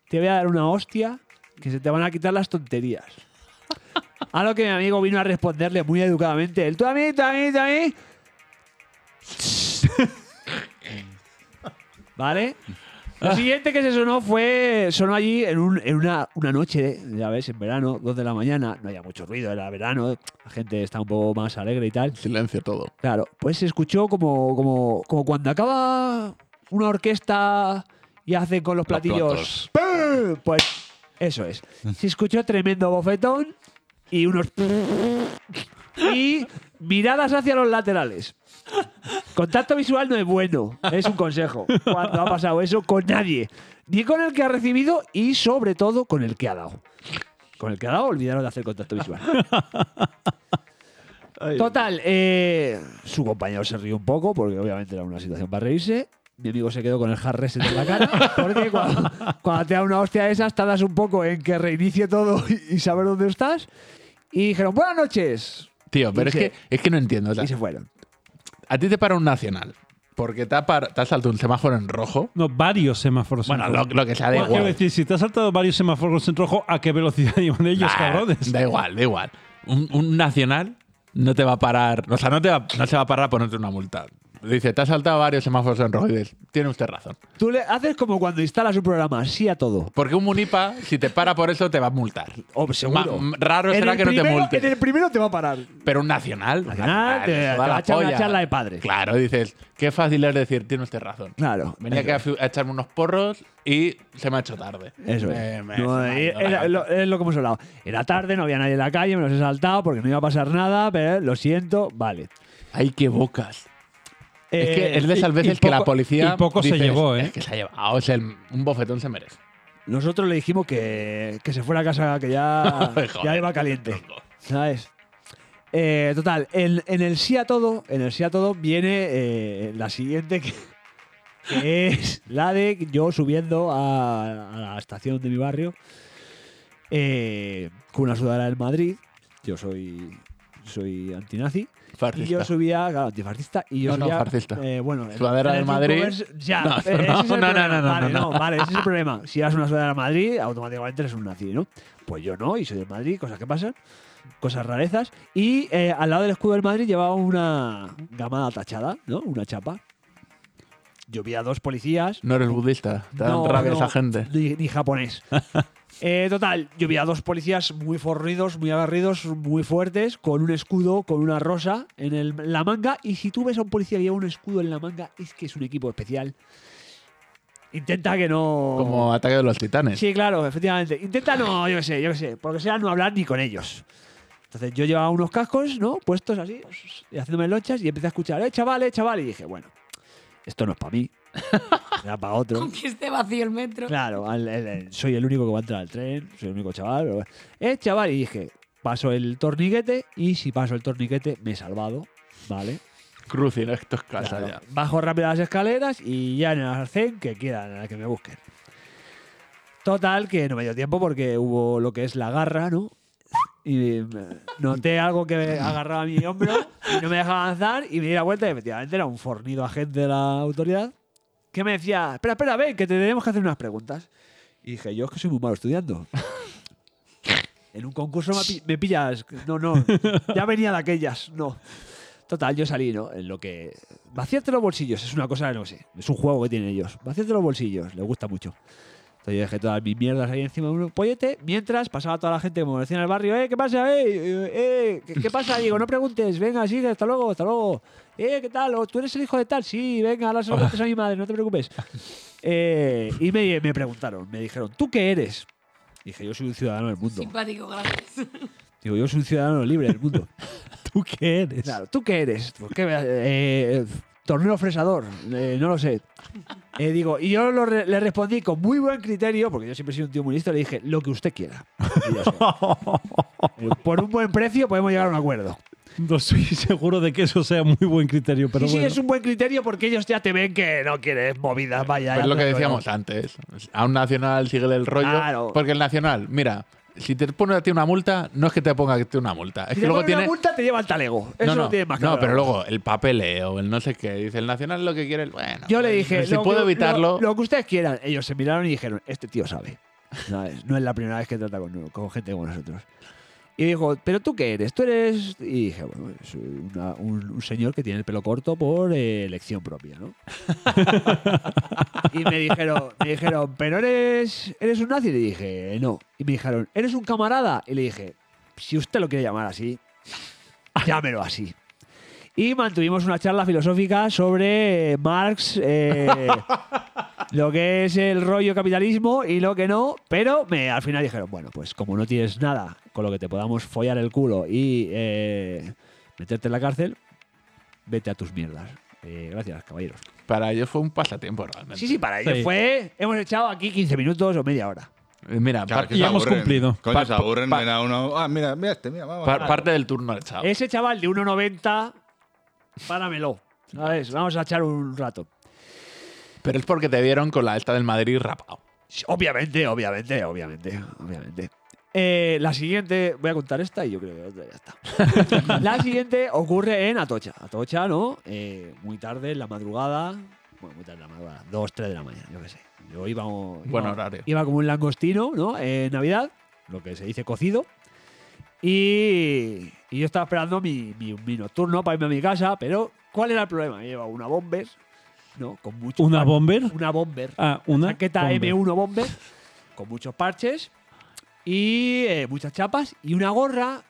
te voy a dar una hostia que se te van a quitar las tonterías. A lo que mi amigo vino a responderle muy educadamente. El tú a mí, tú a mí, tú a mí. (laughs) ¿Vale? Lo siguiente que se sonó fue. Sonó allí en, un- en una, una noche, ya ves, en verano, 2 de la mañana. No había mucho ruido, era verano. La gente está un poco más alegre y tal.
Silencio todo.
Claro, pues se escuchó como, como, como cuando acaba una orquesta y hacen con los
Los
platillos. ¡pum! Pues eso es. Se escuchó tremendo bofetón y unos. (laughs) y miradas hacia los laterales. Contacto visual no es bueno, es un consejo. Cuando ha pasado eso con nadie, ni con el que ha recibido y sobre todo con el que ha dado. Con el que ha dado, olvidaron de hacer contacto visual. Total, eh, su compañero se rió un poco porque obviamente era una situación para reírse. Mi amigo se quedó con el hard reset en la (laughs) cara. Porque cuando, cuando te da una hostia de esas, tardas un poco en que reinicie todo y, y saber dónde estás. Y dijeron, buenas noches.
Tío,
Y
pero es
se-
que, es que no entiendo. o sea,
Y se fueron.
a ti te para un nacional porque te ha, par- te ha saltado un semáforo en rojo.
No, varios semáforos.
Bueno,
en
lo,
rojo.
lo que sea, da
Bueno, quiero
igual.
decir, si te has saltado varios semáforos en rojo, ¿a qué velocidad (laughs) iban ellos,
Nah,
cabrones?
Da igual, da igual. Un, un nacional no te va a parar. O sea, no, te va, no se va a parar a ponerte una multa. Dice, te ha saltado varios semáforos en rojo y dices, tiene usted razón.
Tú le haces como cuando instalas un programa, sí a todo.
Porque un munipa, si te para por eso, te va a multar.
O seguro.
Ma- raro
En
será
el
que no te
primero-
multe.
En el primero te va a parar.
Pero un nacional. un
Nacional, te-
eso
te
da
va
la
a echar una
polla.
charla de padres.
Claro, dices, qué fácil es decir, tiene usted razón.
Claro.
Venía aquí a, fi- a echarme unos porros y se me ha hecho tarde.
Eso es.
Me- me-
No,
se me ha
eh,
ido la
era-
cabeza.
lo, es lo que hemos hablado. Era tarde, no había nadie en la calle, me los he saltado porque no iba a pasar nada, pero eh, lo siento, vale.
Ay, qué bocas.
Eh,
es que es de esas
y-
veces
y
que la
poco-
policía.
y poco se llevó, ¿eh?
Es que se ha llevado. O sea, el- un bofetón se merece.
Nosotros le dijimos que, que se fuera a casa,
(laughs)
que ya, ya
Joder,
iba caliente. ¿Sabes? Eh, total, en, en el sí a todo, en el sí a todo viene eh, la siguiente que, que es la de yo subiendo a, a la estación de mi barrio eh, con una sudadera del Madrid. Yo soy soy antinazi. Y
Fascista.
yo subía, claro, antifascista. Y yo
No, no,
subía.
fascista.
eh, bueno,
Sudadera
en el
del Madrid.
Youtubers, ya.
No,
eh,
eso
ese es
no,
el
no, no,
problema.
no, no,
Vale,
no.
vale, ese es el problema. Si vas a una sudadera del Madrid, automáticamente eres un nazi, ¿no? Pues yo no, y soy del Madrid, cosas que pasan, cosas rarezas. Y eh, al lado del escudo del Madrid llevaba una gamada tachada, ¿no? Una chapa. Yo vi a dos policías.
No eres budista. Te dan
No,
rabia
no,
esa gente.
Ni, ni
(laughs)
japonés. Eh, total, yo vi a dos policías muy fornidos, muy agarridos, muy fuertes, con un escudo, con una rosa en, el- en la manga. Y si tú ves a un policía que lleva un escudo en la manga, es que es un equipo especial. Intenta que no.
Como ataque de los titanes.
Sí, claro, efectivamente. Intenta no, yo qué sé, yo qué sé, porque sea no hablar ni con ellos. Entonces yo llevaba unos cascos, ¿no? Puestos así, y haciéndome lonchas, y empecé a escuchar, eh, chaval, eh, chaval. Y dije, bueno, esto no es para mí, (laughs) era para otro.
Con que esté vacío el metro.
Claro, al- el- el- soy el único que va a entrar al tren, soy el único chaval. bla, bla. Eh, chaval, y dije, paso el torniquete y si paso el torniquete me he salvado, ¿vale?
Crucin, esto es casa
Claro,
ya.
Bajo rápido las escaleras y ya en el arcén que quieran, a la que me busquen. Total, que no me dio tiempo porque hubo lo que es la garra, ¿no? Y eh, noté algo que me agarraba a mi hombro y no me dejaba avanzar y me di la vuelta y efectivamente era un fornido agente de la autoridad que me decía, espera, espera, ven, que te tenemos que hacer unas preguntas. Y dije, yo es que soy muy malo estudiando. en un concurso me, pi- me pillas. No, no, ya venía de aquellas, no. Total, yo salí, ¿no? En lo que. Vaciarte los bolsillos, es una cosa que no sé. Es un juego que tienen ellos. Vaciarte los bolsillos, les gusta mucho. Entonces yo dejé todas mis mierdas ahí encima de un pollete, mientras pasaba toda la gente como decía en el barrio, eh, ¿qué pasa? Eh, eh, eh, ¿qué, qué pasa? Digo, no preguntes, venga, sigue, hasta luego, hasta luego. Eh, ¿qué tal? ¿O ¿Tú eres el hijo de tal? Sí, venga, ahora se lo cuentes a mi madre, no te preocupes. Eh, y me, me preguntaron, me dijeron, ¿tú qué eres? Dije, yo soy un ciudadano del mundo.
Simpático, gracias.
Digo, yo soy un ciudadano libre del mundo.
¿Tú qué eres?
Claro, ¿tú qué eres? Pues qué, eh, tornero fresador, eh, no lo sé. Eh, digo, y yo lo re- le respondí con muy buen criterio, porque yo siempre he sido un tío muy listo, le dije, lo que usted quiera. Y ya está. Eh, Por un buen precio podemos llegar a un acuerdo.
No estoy (laughs) seguro de que eso sea muy buen criterio, pero
y sí,
bueno.
es un buen criterio porque ellos ya te ven que no quieres movidas, vaya.
Pero es lo que
pero
decíamos
no.
antes. A un nacional sigue el rollo.
Claro.
Porque el nacional, mira, si te pone a ti una multa, no es que te ponga a ti una multa.
Si
Es que
te
luego
ponen una
tiene.
multa, te lleva el talego. Eso
no,
no,
no,
tiene más
no,
claro.
pero luego el papeleo, el no sé qué. Dice el nacional lo que quiere. el- Bueno,
Yo le
pues,
dije,
Si
lo
puedo
que-
evitarlo.
Lo, lo que ustedes quieran. Ellos se miraron y dijeron, este tío sabe. (laughs) ¿sabes? No es la primera vez que trata con, con gente como nosotros. Y dijo, ¿pero tú qué eres? Tú eres... Y dije, bueno, soy una- un, un señor que tiene el pelo corto por eh, elección propia, ¿no? (laughs) y me dijeron, me dijeron, ¿pero eres, eres un nazi? Y le dije, no. Y me dijeron, ¿eres un camarada? Y le dije, si usted lo quiere llamar así, llámelo así. Y mantuvimos una charla filosófica sobre eh, Marx, eh, lo que es el rollo capitalismo y lo que no, pero me, al final dijeron, bueno, pues como no tienes nada con lo que te podamos follar el culo y eh, meterte en la cárcel, vete a tus mierdas. Eh, gracias, caballeros.
Para ellos fue un pasatiempo realmente.
Sí, sí, para ello
Sí.
fue. Hemos echado aquí 15 minutos o media hora.
Eh, Mira,
Claro,
par-
que
y
se
hemos
aburren.
cumplido.
Coño,
Pa-
se aburren,
pa-
mira, uno. Ah, mira, mira este, mira, vamos.
par- parte del turno echado.
Ese chaval de 1,90, páramelo. ¿sabes? Vamos a echar un rato.
Pero es porque te vieron con la esta del Madrid rapado.
Obviamente, obviamente, obviamente, obviamente. Eh, la siguiente, voy a contar esta y yo creo que otra ya
(laughs)
está. la siguiente ocurre en Atocha. Atocha, ¿no? Eh, muy tarde, en la madrugada. Bueno, muy tarde en la madrugada, 2, 3 de la mañana, yo qué sé. Yo iba, iba-
Buen horario.
iba como un langostino, ¿no? En Navidad, lo que se dice cocido. Y, y yo estaba esperando mi, mi- mi nocturno para irme a mi casa, pero ¿cuál era el problema? Yo llevaba una bomber, ¿no? Con mucho
¿Una bomber?
Una bomber
Ah, una
chaqueta
bomber.
M1 Bomber con muchos parches y eh, muchas chapas y una gorra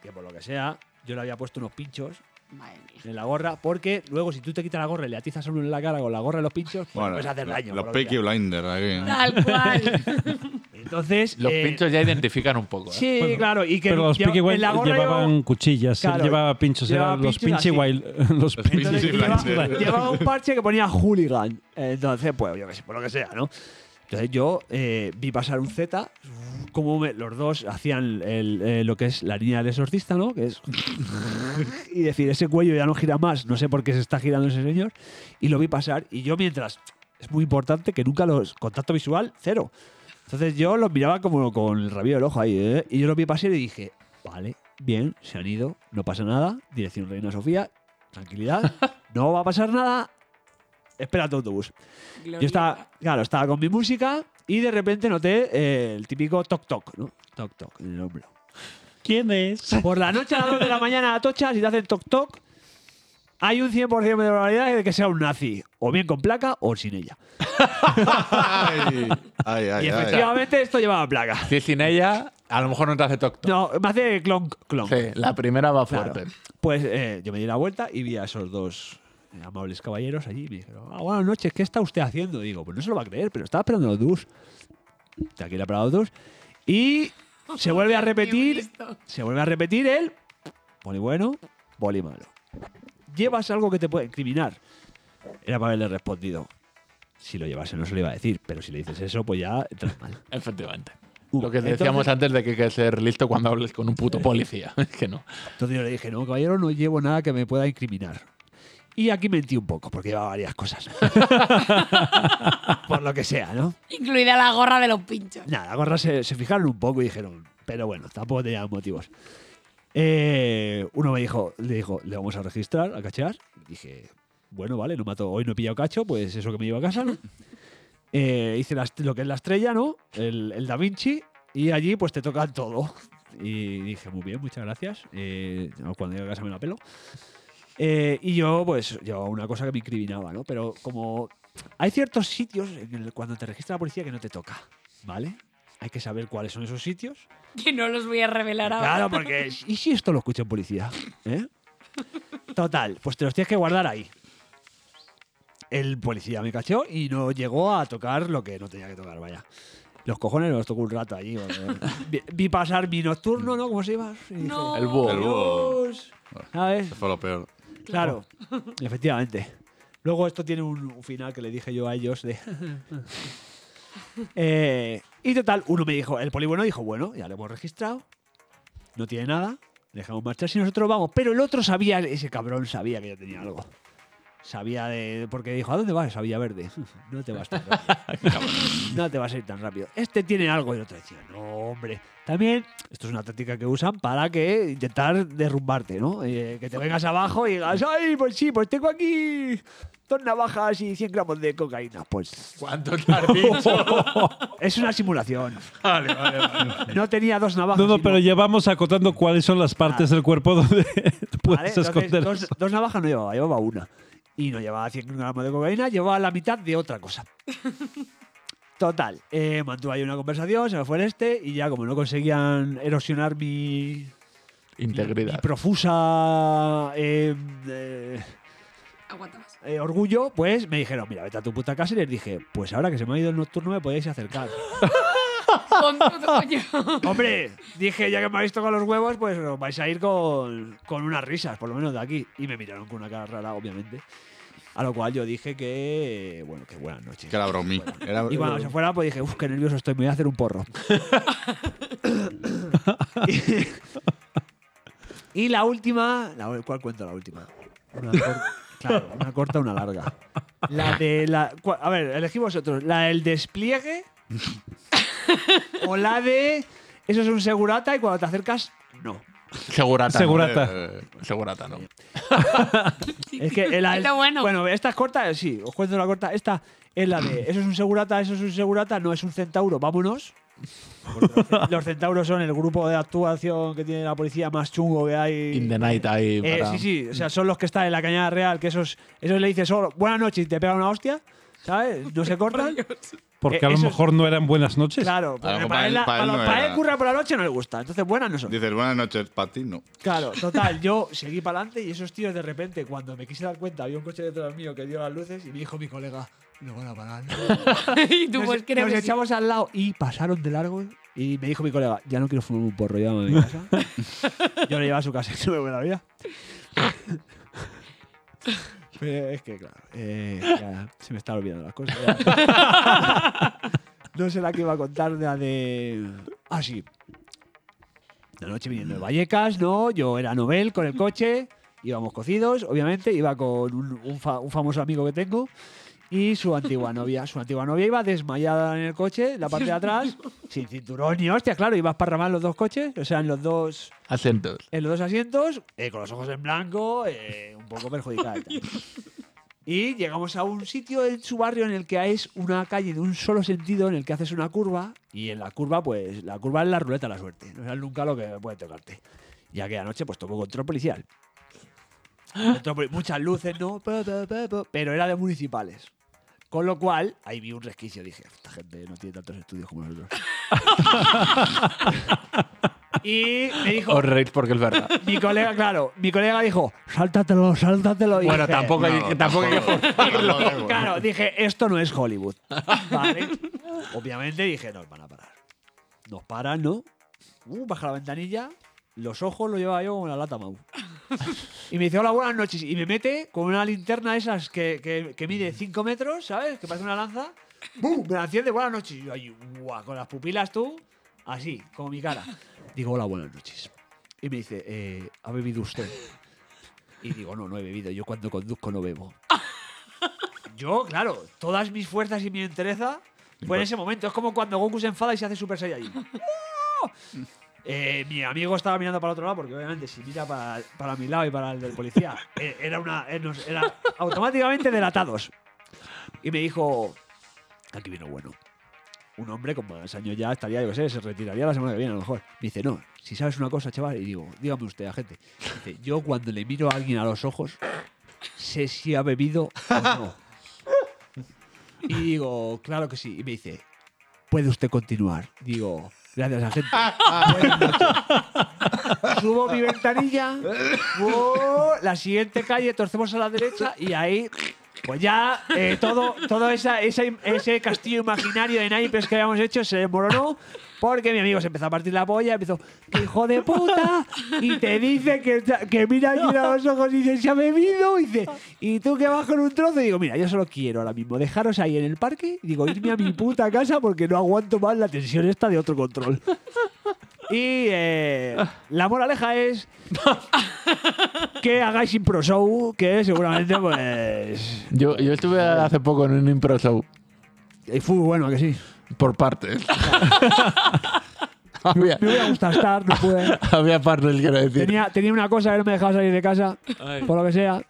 que por lo que sea yo le había puesto unos pinchos
Madre mía.
en la gorra porque luego si tú te quitas la gorra y le atizas a uno en la cara con la gorra y los pinchos pues
Bueno,
puedes hacer
lo-
daño.
Los
por lo que
Peaky Blinders
(laughs)
aquí.
Tal cual.
sea. Entonces
Los
eh,
pinchos ya identifican un poco. ¿eh?
sí
Bueno,
claro y que
Pero los
lleva-
Peaky
en la
Wild
gorra
llevaban
llevaba-
cuchillas, él
claro, eh,
llevaba pinchos,
llevaba
eran los
pinchos
pinche
así.
wild. (laughs) Los
Los
pinches
pinches
Entonces,
Peaky
lleva-
Blinders.
llevaba un parche que ponía hooligan. Entonces, pues yo qué sé, por lo que sea, ¿no? Entonces yo eh, vi pasar un Z, como me- los dos hacían el- eh, lo que es la línea del exorcista, ¿no? Que es (laughs) y decir, ese cuello ya no gira más, no sé por qué se está girando ese señor, y lo vi pasar, y yo mientras, es muy importante que nunca los, contacto visual, cero. Entonces yo los miraba como con el rabillo del ojo ahí, ¿eh? y yo los vi pasar y dije, vale, bien, se han ido, no pasa nada, dirección Reina Sofía, tranquilidad, no va a pasar nada, espera tu autobús. Yo estaba, claro, estaba con mi música y de repente noté eh, el típico toc toc, ¿no? Toc toc en el hombro.
¿Quién es?
Por la noche a las 2 de la mañana a Tocha, si te hacen toc toc, hay un 100% de probabilidad de que sea un nazi. O bien con placa o sin ella.
Ay, ay, ay.
y
ay.
efectivamente esto llevaba placa.
Si es sin ella, a lo mejor no te hace toc toc.
No, me hace clonk, clonk.
Sí, la primera va
Claro.
fuerte.
Pues eh, yo me di la vuelta y vi a esos dos eh, amables caballeros allí. y Me dijeron, ah, buenas noches, ¿qué está usted haciendo? Digo, pues no se lo va a creer, pero estaba esperando los dos. Tranquila para los dos. Y se vuelve a repetir, se vuelve a repetir el boli bueno, boli malo. Llevas algo que te puede incriminar. Era para haberle respondido. Si lo llevase no se lo iba a decir, pero si le dices eso, pues ya entras mal.
Efectivamente.
Uh,
Lo que
entonces-
decíamos
Eh.
antes de que hay que ser listo cuando hables con un puto policía. (laughs) Es que no.
Entonces yo le dije, no, caballero, no llevo nada que me pueda incriminar. Y aquí mentí un poco, porque llevaba varias cosas. Por lo que sea, ¿no?
Incluida la gorra de los pinchos.
Nada, gorra se, se fijaron un poco y dijeron, pero bueno, tampoco tenían motivos. Eh, uno me dijo, le dijo, le vamos a registrar, a cachear. Dije, bueno, vale, no mato, hoy no he pillado cacho, pues eso que me llevo a casa, ¿no? Eh, hice la est- lo que es la estrella, ¿no? El, el Da Vinci, y allí pues te tocan todo. Y dije, muy bien, muchas gracias. Eh, no, cuando llegue a casa me la pelo. Eh, y yo, pues, llevaba una cosa que me incriminaba, ¿no? Pero como hay ciertos sitios en el, cuando te registra la policía que no te toca, ¿vale? Hay que saber cuáles son esos sitios.
Que no los voy a revelar ahora.
Claro, porque ¿y si esto lo escucha un policía? ¿Eh? Total, pues te los tienes que guardar ahí. El policía me cachó y no llegó a tocar lo que no tenía que tocar, vaya. Los cojones los tocó un rato allí. porque vi, vi pasar mi nocturno, ¿no? ¿Cómo se iba? Y dije,
No.
El búho.
El búho.
"Dios". ¿Sabes?
Eso fue lo peor.
Claro, (laughs) efectivamente. Luego esto tiene un, un final que le dije yo a ellos de... Eh, y total, uno me dijo, el polígono dijo, bueno, ya lo hemos registrado, no tiene nada, dejamos marchar si nosotros vamos. Pero el otro sabía, ese cabrón sabía que yo tenía algo. Sabía de. Porque dijo, ¿a dónde vas? A Villaverde. (laughs) No te vas tan rápido. no te vas a ir tan rápido. Este tiene algo y el otro decía, no, hombre. También, esto es una táctica que usan para que intentar derrumbarte, ¿no? Eh, que te vengas abajo y digas, ¡ay, pues sí, pues tengo aquí dos navajas y 100 gramos de cocaína! Pues (laughs)
¿Cuánto tardísimo?
es una simulación. No tenía dos navajas.
No, no,
sino-
pero llevamos acotando cuáles son las partes del cuerpo (laughs) donde
Vale,
puedes
entonces,
esconder.
dos, dos navajas no llevaba, llevaba una. Y no llevaba 100 gramos de cocaína, llevaba la mitad de otra
(laughs)
cosa. Total, eh, mantuve ahí una conversación, se me fue el este, y ya como no conseguían erosionar mi, mi
Integridad.
profusa eh, eh,
Aguantabas.
eh, orgullo, pues me dijeron, mira, vete a tu puta casa y les dije, pues ahora que se me ha ido el nocturno me podéis acercar.
(laughs)
Hombre, dije, ya que me habéis tocado los huevos, pues os vais a ir con, con unas risas, por lo menos de aquí. Y me miraron con una cara rara, obviamente. A lo cual yo dije que, eh, bueno, que buenas noches.
Que la eh, bromí. Era-
Y cuando se fuera, pues dije, uff, qué nervioso estoy, me voy a hacer un porro. y, y la última, la, ¿cuál cuento la última? Una cor- claro, una corta, una larga. La de la. cua- A ver, elegí vosotros. ¿La del despliegue? ¿O la de. Eso es un segurata y cuando te acercas, no.
Segurata.
Segurata.
¿no? Eh, segurata, no.
Es que la-
Está bueno.
Bueno, esta es corta, sí, os cuento la corta. Esta es la de eso es un segurata, eso es un segurata, no es un centauro,
(laughs)
vámonos. Porque los ce- Los centauros son el grupo de actuación que tiene la policía más chungo que hay.
In the night ahí.
Eh,
para-
sí, sí, o sea, son los que están en la cañada real, que esos, esos le dices solo buenas noches y te pega una hostia, ¿sabes? No se cortan.
Porque a lo
eh, eso es-
mejor no eran buenas noches.
Claro,
A
porque
lo
para
mejor
él,
para él
para
no
los- para
era.
él curra por la noche no le gusta, entonces buenas no son.
Dices, buenas noches, Pati. No.
Claro, total, yo seguí para adelante y esos tíos de repente, cuando me quise dar cuenta, había un coche detrás mío que dio las luces y me dijo mi colega, no van a parar.
(laughs) y tú,
Nos, e-,
pues, creo
nos
que sí.
echamos al lado y pasaron de largo y me dijo mi colega, ya no quiero fumar un porro, llévame a mi
(laughs)
casa. yo le llevaba a su casa y no me voy a la vida. Pero es que, claro, eh, ya se me están olvidando las
(laughs)
cosas. ya. no sé la que iba a contar, la de... Ah, sí. La noche viniendo de Vallecas, ¿no? Yo era Nobel con el coche, íbamos cocidos, obviamente, iba con un, un fa- un famoso amigo que tengo y su antigua novia. Su antigua novia iba desmayada en el coche, en la parte de atrás, sin cinturón ni hostia, claro, iba a esparramar los dos coches, o sea, en los dos
Acentos.
en los dos asientos, eh, con los ojos en blanco, eh, un poco perjudicada. y tal. (laughs) Y llegamos a un sitio en su barrio en el que es una calle de un solo sentido, en el que haces una curva, y en la curva, pues, la curva es la ruleta de la suerte. No es nunca lo que puede tocarte. Y aquella noche, pues, tocó control policial. Control poli- muchas luces, ¿no? Pa, pa, pa, pa, Pero era de municipales. Con lo cual, ahí vi un resquicio. Dije, esta gente no tiene tantos estudios como (laughs) nosotros. y me dijo,
Os reís porque es verdad.
mi colega, claro, mi colega dijo, sáltatelo, sáltatelo. Y
Bueno,
dije,
tampoco hay,
No,
tampoco hay que
tampoco.
forzarlo.
Tampoco.
Claro, dije, esto no es (laughs) Hollywood. Vale. Obviamente dije, nos van a parar. Nos paran, ¿no? Uh, baja la ventanilla, los ojos lo llevaba yo como la lata mau. Y me dice, hola, buenas noches. Y me mete con una linterna de esas que, que- que mide 5 metros, ¿sabes? Que parece una lanza. ¡Bum! Me la enciende, buenas noches. Y yo ahí, guau, con las pupilas tú, así, como mi cara. Digo, hola, buenas noches. Y me dice, "Eh, ¿ha bebido usted? Y digo, no, no he bebido. Yo cuando conduzco no bebo. Yo, claro, todas mis fuerzas y mi entereza fue en ese momento. Es como cuando Goku se enfada y se hace Super Saiyajin. ¡Ah! Eh, mi amigo estaba mirando para el otro lado porque obviamente si mira para, para mi lado y para el del policía eh, era una eh, nos- era automáticamente delatados y me dijo aquí viene lo bueno un hombre con más años ya estaría yo qué sé se retiraría la semana que viene a lo mejor me dice no si sabes una cosa chaval y digo dígame usted agente dice yo cuando le miro a alguien a los ojos sé si ha bebido o no y digo, claro que sí. Y me dice, ¿puede usted continuar? Digo, gracias, agente. Buenas noches. Subo mi ventanilla, ¡oh! la siguiente calle, torcemos a la derecha y ahí, pues ya eh, todo, todo esa, esa- ese castillo imaginario de naipes que habíamos hecho se desmoronó porque mi amigo se empezó a partir la polla, empezó, "¡Qué hijo de puta, y te dice que, está- que mira aquí a los ojos y dice, se ha bebido, y dice, y tú que vas con un trozo, y digo, mira, yo solo quiero ahora mismo dejaros ahí en el parque, y digo, irme a mi puta casa porque no aguanto más la tensión esta de otro control. Y eh, la moraleja es que hagáis impro show, que seguramente pues...
Yo, yo estuve hace poco en un impro show
Y fue bueno, ¿a que sí. (laughs)
por partes. había,
Me hubiera gustado estar, no pude.
había partes, quiero decir.
Tenía, tenía una cosa que no me dejaba salir de casa, por lo que sea.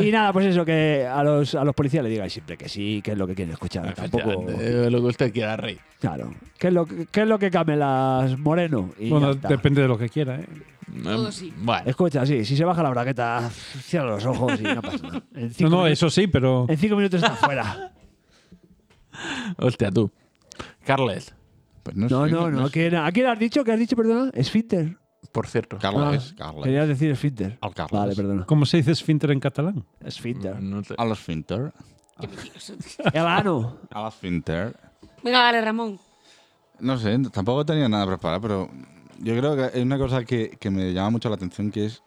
Y nada, pues eso, que a los, a los policías le digáis siempre que sí, que es lo que quieren escuchar. Tampoco,
Eh, Lo que usted quiera, rey.
claro. ¿Qué es lo, que- qué es lo que Camelas Moreno? Y ya
Bueno,
está.
depende de lo que quiera, ¿eh?
Todo
(laughs)
sí.
Bueno,
Escucha, sí, si se baja la braqueta, cierra los ojos y no pasa nada. En
No,
cinco
no,
minu-
eso sí, pero.
En cinco minutos está fuera.
hostia, tú. Carles,
Pues
(laughs)
no,
No,
sé,
no, no.
sé.
¿quién- ¿A quién has dicho? ¿Qué has dicho, perdona? Esfínter.
por cierto.
Carles,
Ah,
Carles.
Querías decir esfínter.
Al Carles.
Vale, perdona.
¿Cómo se dice esfínter en catalán?
Esfínter.
Mm.
No te-
A los Finter.
(laughs) El ano.
A los Finter.
Venga, vale, Ramón.
No sé, tampoco tenía nada preparado, pero yo creo que hay una cosa que, que me llama mucho la atención que es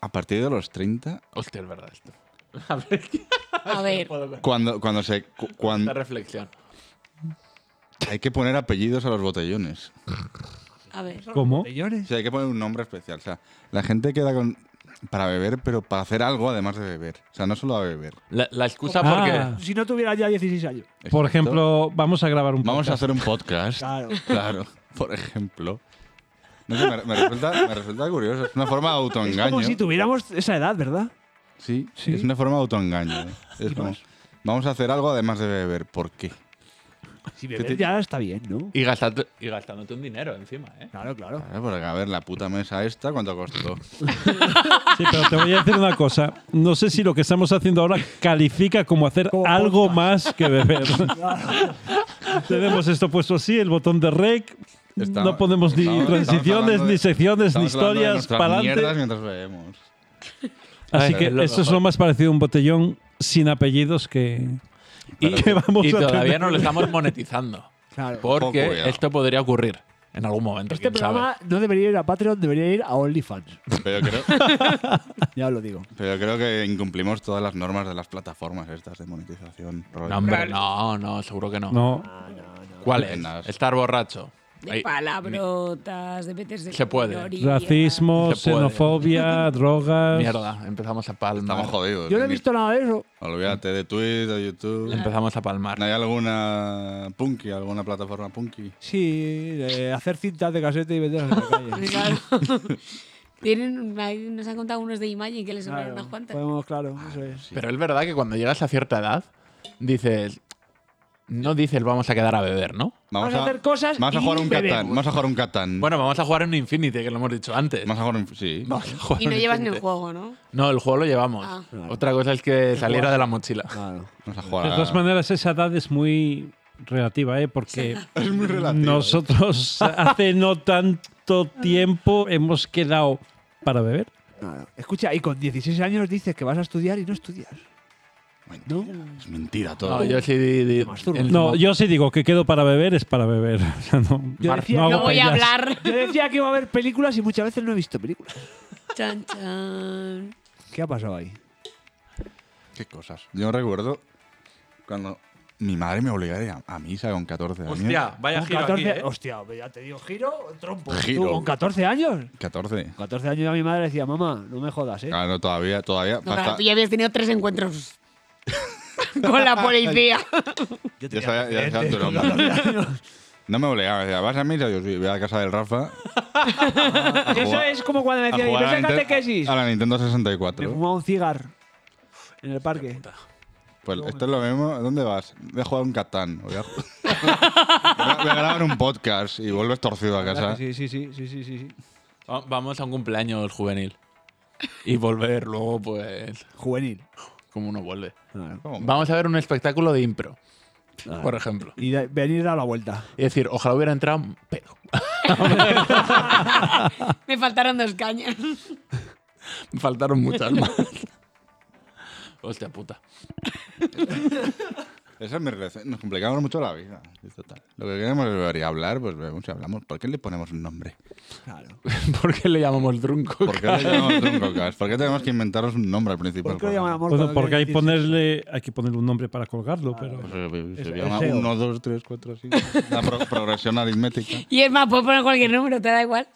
a partir de los 30,
Hostia, es verdad esto. (laughs)
A ver.
cuando, cuando se cu-
Esta
cuando
reflexión.
hay que poner apellidos a los botellones.
A ver.
¿Cómo?
O sea, hay que poner un nombre especial. O sea, la gente queda con para beber, pero para hacer algo además de beber. O sea, no solo a beber.
La, la excusa
Ah.
Si no tuviera ya 16 años.
Por
Exacto.
ejemplo, vamos a grabar un
Vamos a
podcast.
hacer un podcast.
Claro.
Claro, por ejemplo. No sé, me, me resulta, me resulta curioso. Es una forma de
Es
autoengaño.
como si tuviéramos esa edad, ¿verdad?
Sí,
Sí.
es una forma de autoengaño. ¿eh? Es como, vamos a hacer algo además de beber. ¿Por qué?
Si
te-
beber ya está bien, ¿no?
porque. Y, gastando, y gastándote un dinero encima, ¿eh?
Claro, claro.
Claro, porque, a ver, la puta mesa esta, ¿cuánto costó?
Sí, pero te voy a decir una cosa. No sé si lo que estamos haciendo ahora califica como hacer
Como
algo más que
(laughs)
beber. Tenemos esto puesto así, el botón de rec.
Está-
no podemos ni
estamos- estamos
transiciones,
hablando de-
ni secciones, ni
Estamos hablando de
historias
nuestras
para
mierdas
adelante.
mientras bebemos.
Así
Ay,
que
es lo
esto es
mejor.
lo más parecido a un botellón sin apellidos que, que vamos
y
a
todavía
tener.
no lo estamos monetizando.
Pues
Claro.
Porque
Poco, ya.
esto podría ocurrir en algún momento.
Este
quién sabe.
programa no debería ir a Patreon, debería ir a OnlyFans.
Pero creo,
Ya os lo digo.
pero creo que incumplimos todas las normas de las plataformas estas de monetización.
No, hombre, no, no, seguro que no.
No,
¿Cuál
No, nada.
es? Estar borracho.
De
Ahí.
palabrotas, de meterse.
Se puede.
racismo,
Se puede. (laughs)
xenofobia, drogas.
Mierda, empezamos a palmar.
Estamos jodidos.
Yo no he
Ni-
visto nada de eso.
Olvídate de Twitch, de YouTube.
Empezamos a palmar.
¿No hay alguna punky, alguna plataforma punky?
Sí, de hacer cintas de casete y venderlas en la
(laughs)
calle.
Tienen, ahí nos han contado unos de Imagine que les sobraron unas cuantas.
podemos, claro, eso es.
Pero es verdad que cuando llegas a cierta edad, dices. No dices vamos a quedar a beber, ¿no?
Vamos a hacer cosas
Vamos a
y
jugar un Catán.
bebemos.
Vamos a jugar un Catán.
Bueno, vamos a jugar en Infinity, que lo hemos dicho antes.
vamos a jugar un. Sí.
Vamos a jugar
Y no
en
llevas ni el
Infinity.
juego, ¿no?
No, el juego lo llevamos.
Ah.
Otra cosa es que saliera de la mochila.
Ah.
Claro.
Vamos a
De
jugar.
todas
a-
maneras, esa edad es muy relativa, ¿eh? porque
Es muy
(laughs)
relativo.
nosotros hace no tanto tiempo hemos quedado para beber.
Claro. Escucha, y con 16 años dices que vas a estudiar y no estudias.
Bueno, Es mentira todo.
No, yo sí. di- di-
masturbas.
el-
No, yo sí digo que quedo para beber es para beber. (laughs) O sea, no,
Yo
Mar-
decía
no
que
hago
No voy a
payas.
hablar.
(laughs)
Yo decía que iba a haber películas y muchas veces no he visto películas.
Chan, chan.
¿Qué ha pasado ahí?
Qué cosas. Yo recuerdo cuando mi madre me obligaba a ir a, a misa con 14 años.
Hostia, vaya
Con
giro aquí,
14
¿eh?
Hostia, ya te digo, giro, trompo.
Giro.
¿Tú con 14 años?
14.
Con 14 años ya mi madre decía, mamá, no me jodas, ¿eh?
Claro, todavía, todavía.
No,
hasta-
claro, tú ya habías tenido tres encuentros
(laughs)
con la policía.
yo sabía, ya sabía tu nombre. No me obligaba, me decía, vas a misa, yo sí, voy a la casa del Rafa. a
Eso
jugar-
es como cuando me
a
decían, ¿y
jugar a la
ves a
Nintendo-
catequesis?
A la Nintendo
Me
64.
fumaba un cigar en el parque.
Pues esto es lo mismo. ¿Dónde vas? Voy a jugar un Catán. Voy a, (laughs) voy a grabar un podcast y vuelves torcido a casa.
Sí, sí, sí, sí, sí, sí, sí.
Va- Vamos a un cumpleaños juvenil. Y volver luego, pues.
Juvenil.
Como uno vuelve.
¿Cómo?
Vamos a ver un espectáculo de impro,
Ah.
por ejemplo.
Y da- venir a dar la vuelta.
Y decir, ojalá hubiera entrado, pero.
Me faltaron dos cañas. (laughs)
Faltaron muchas más. Hostia puta.
Esa es mi relación. Nos complicamos mucho la vida. Total. Lo que queremos es ver y hablar, pues vemos y hablamos. ¿Por qué le ponemos
(laughs)
un nombre?
(laughs) ¿Por qué le llamamos drunco?
¿Por qué le llamamos Druncocast? ¿Por qué tenemos que inventaros un nombre al principio?
¿Por qué lo Ah, llaman amor?
Bueno,
cuando
Pues porque hay,
quiere decir-
ponerle, hay que ponerle un nombre para colgarlo, pero...
Pues, eh, Se
Es-
llama
es SEO.
1, 2, 3, 4, 5. La pro- progresión aritmética.
Y es más, puedes poner cualquier número, te da igual.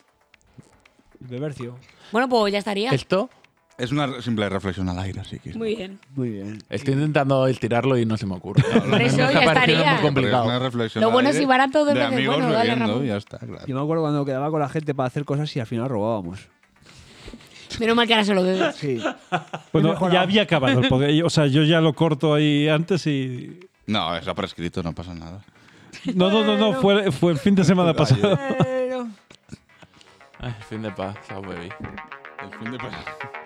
Bebercio.
Bueno, pues ya estaría.
Esto,
Es una simple reflexión al aire, así que.
Muy bien.
Muy bien.
estoy intentando estirarlo y no se me ocurre.
Por eso
Me está
ya
pareciendo
estaría.
muy
Porque es
complicado.
una reflexión
Lo
al
bueno
aire
si barato de lo
de
que es
amigos
bueno, dale,
bebiendo,
Ramón.
y ya está, claro.
Yo me acuerdo cuando quedaba con la gente para hacer cosas y al final robábamos.
Menos mal que ahora se lo bebes.
(laughs)
Sí.
Bueno,
mejorado.
ya había acabado
(laughs)
el podcast. O sea, yo ya lo corto ahí antes y...
No, eso prescrito, no pasa nada.
No, no, no, no. Fue, fue el fin de semana pasado.
Ay, Ah, fin de paz, chao, baby.
El fin de pasado.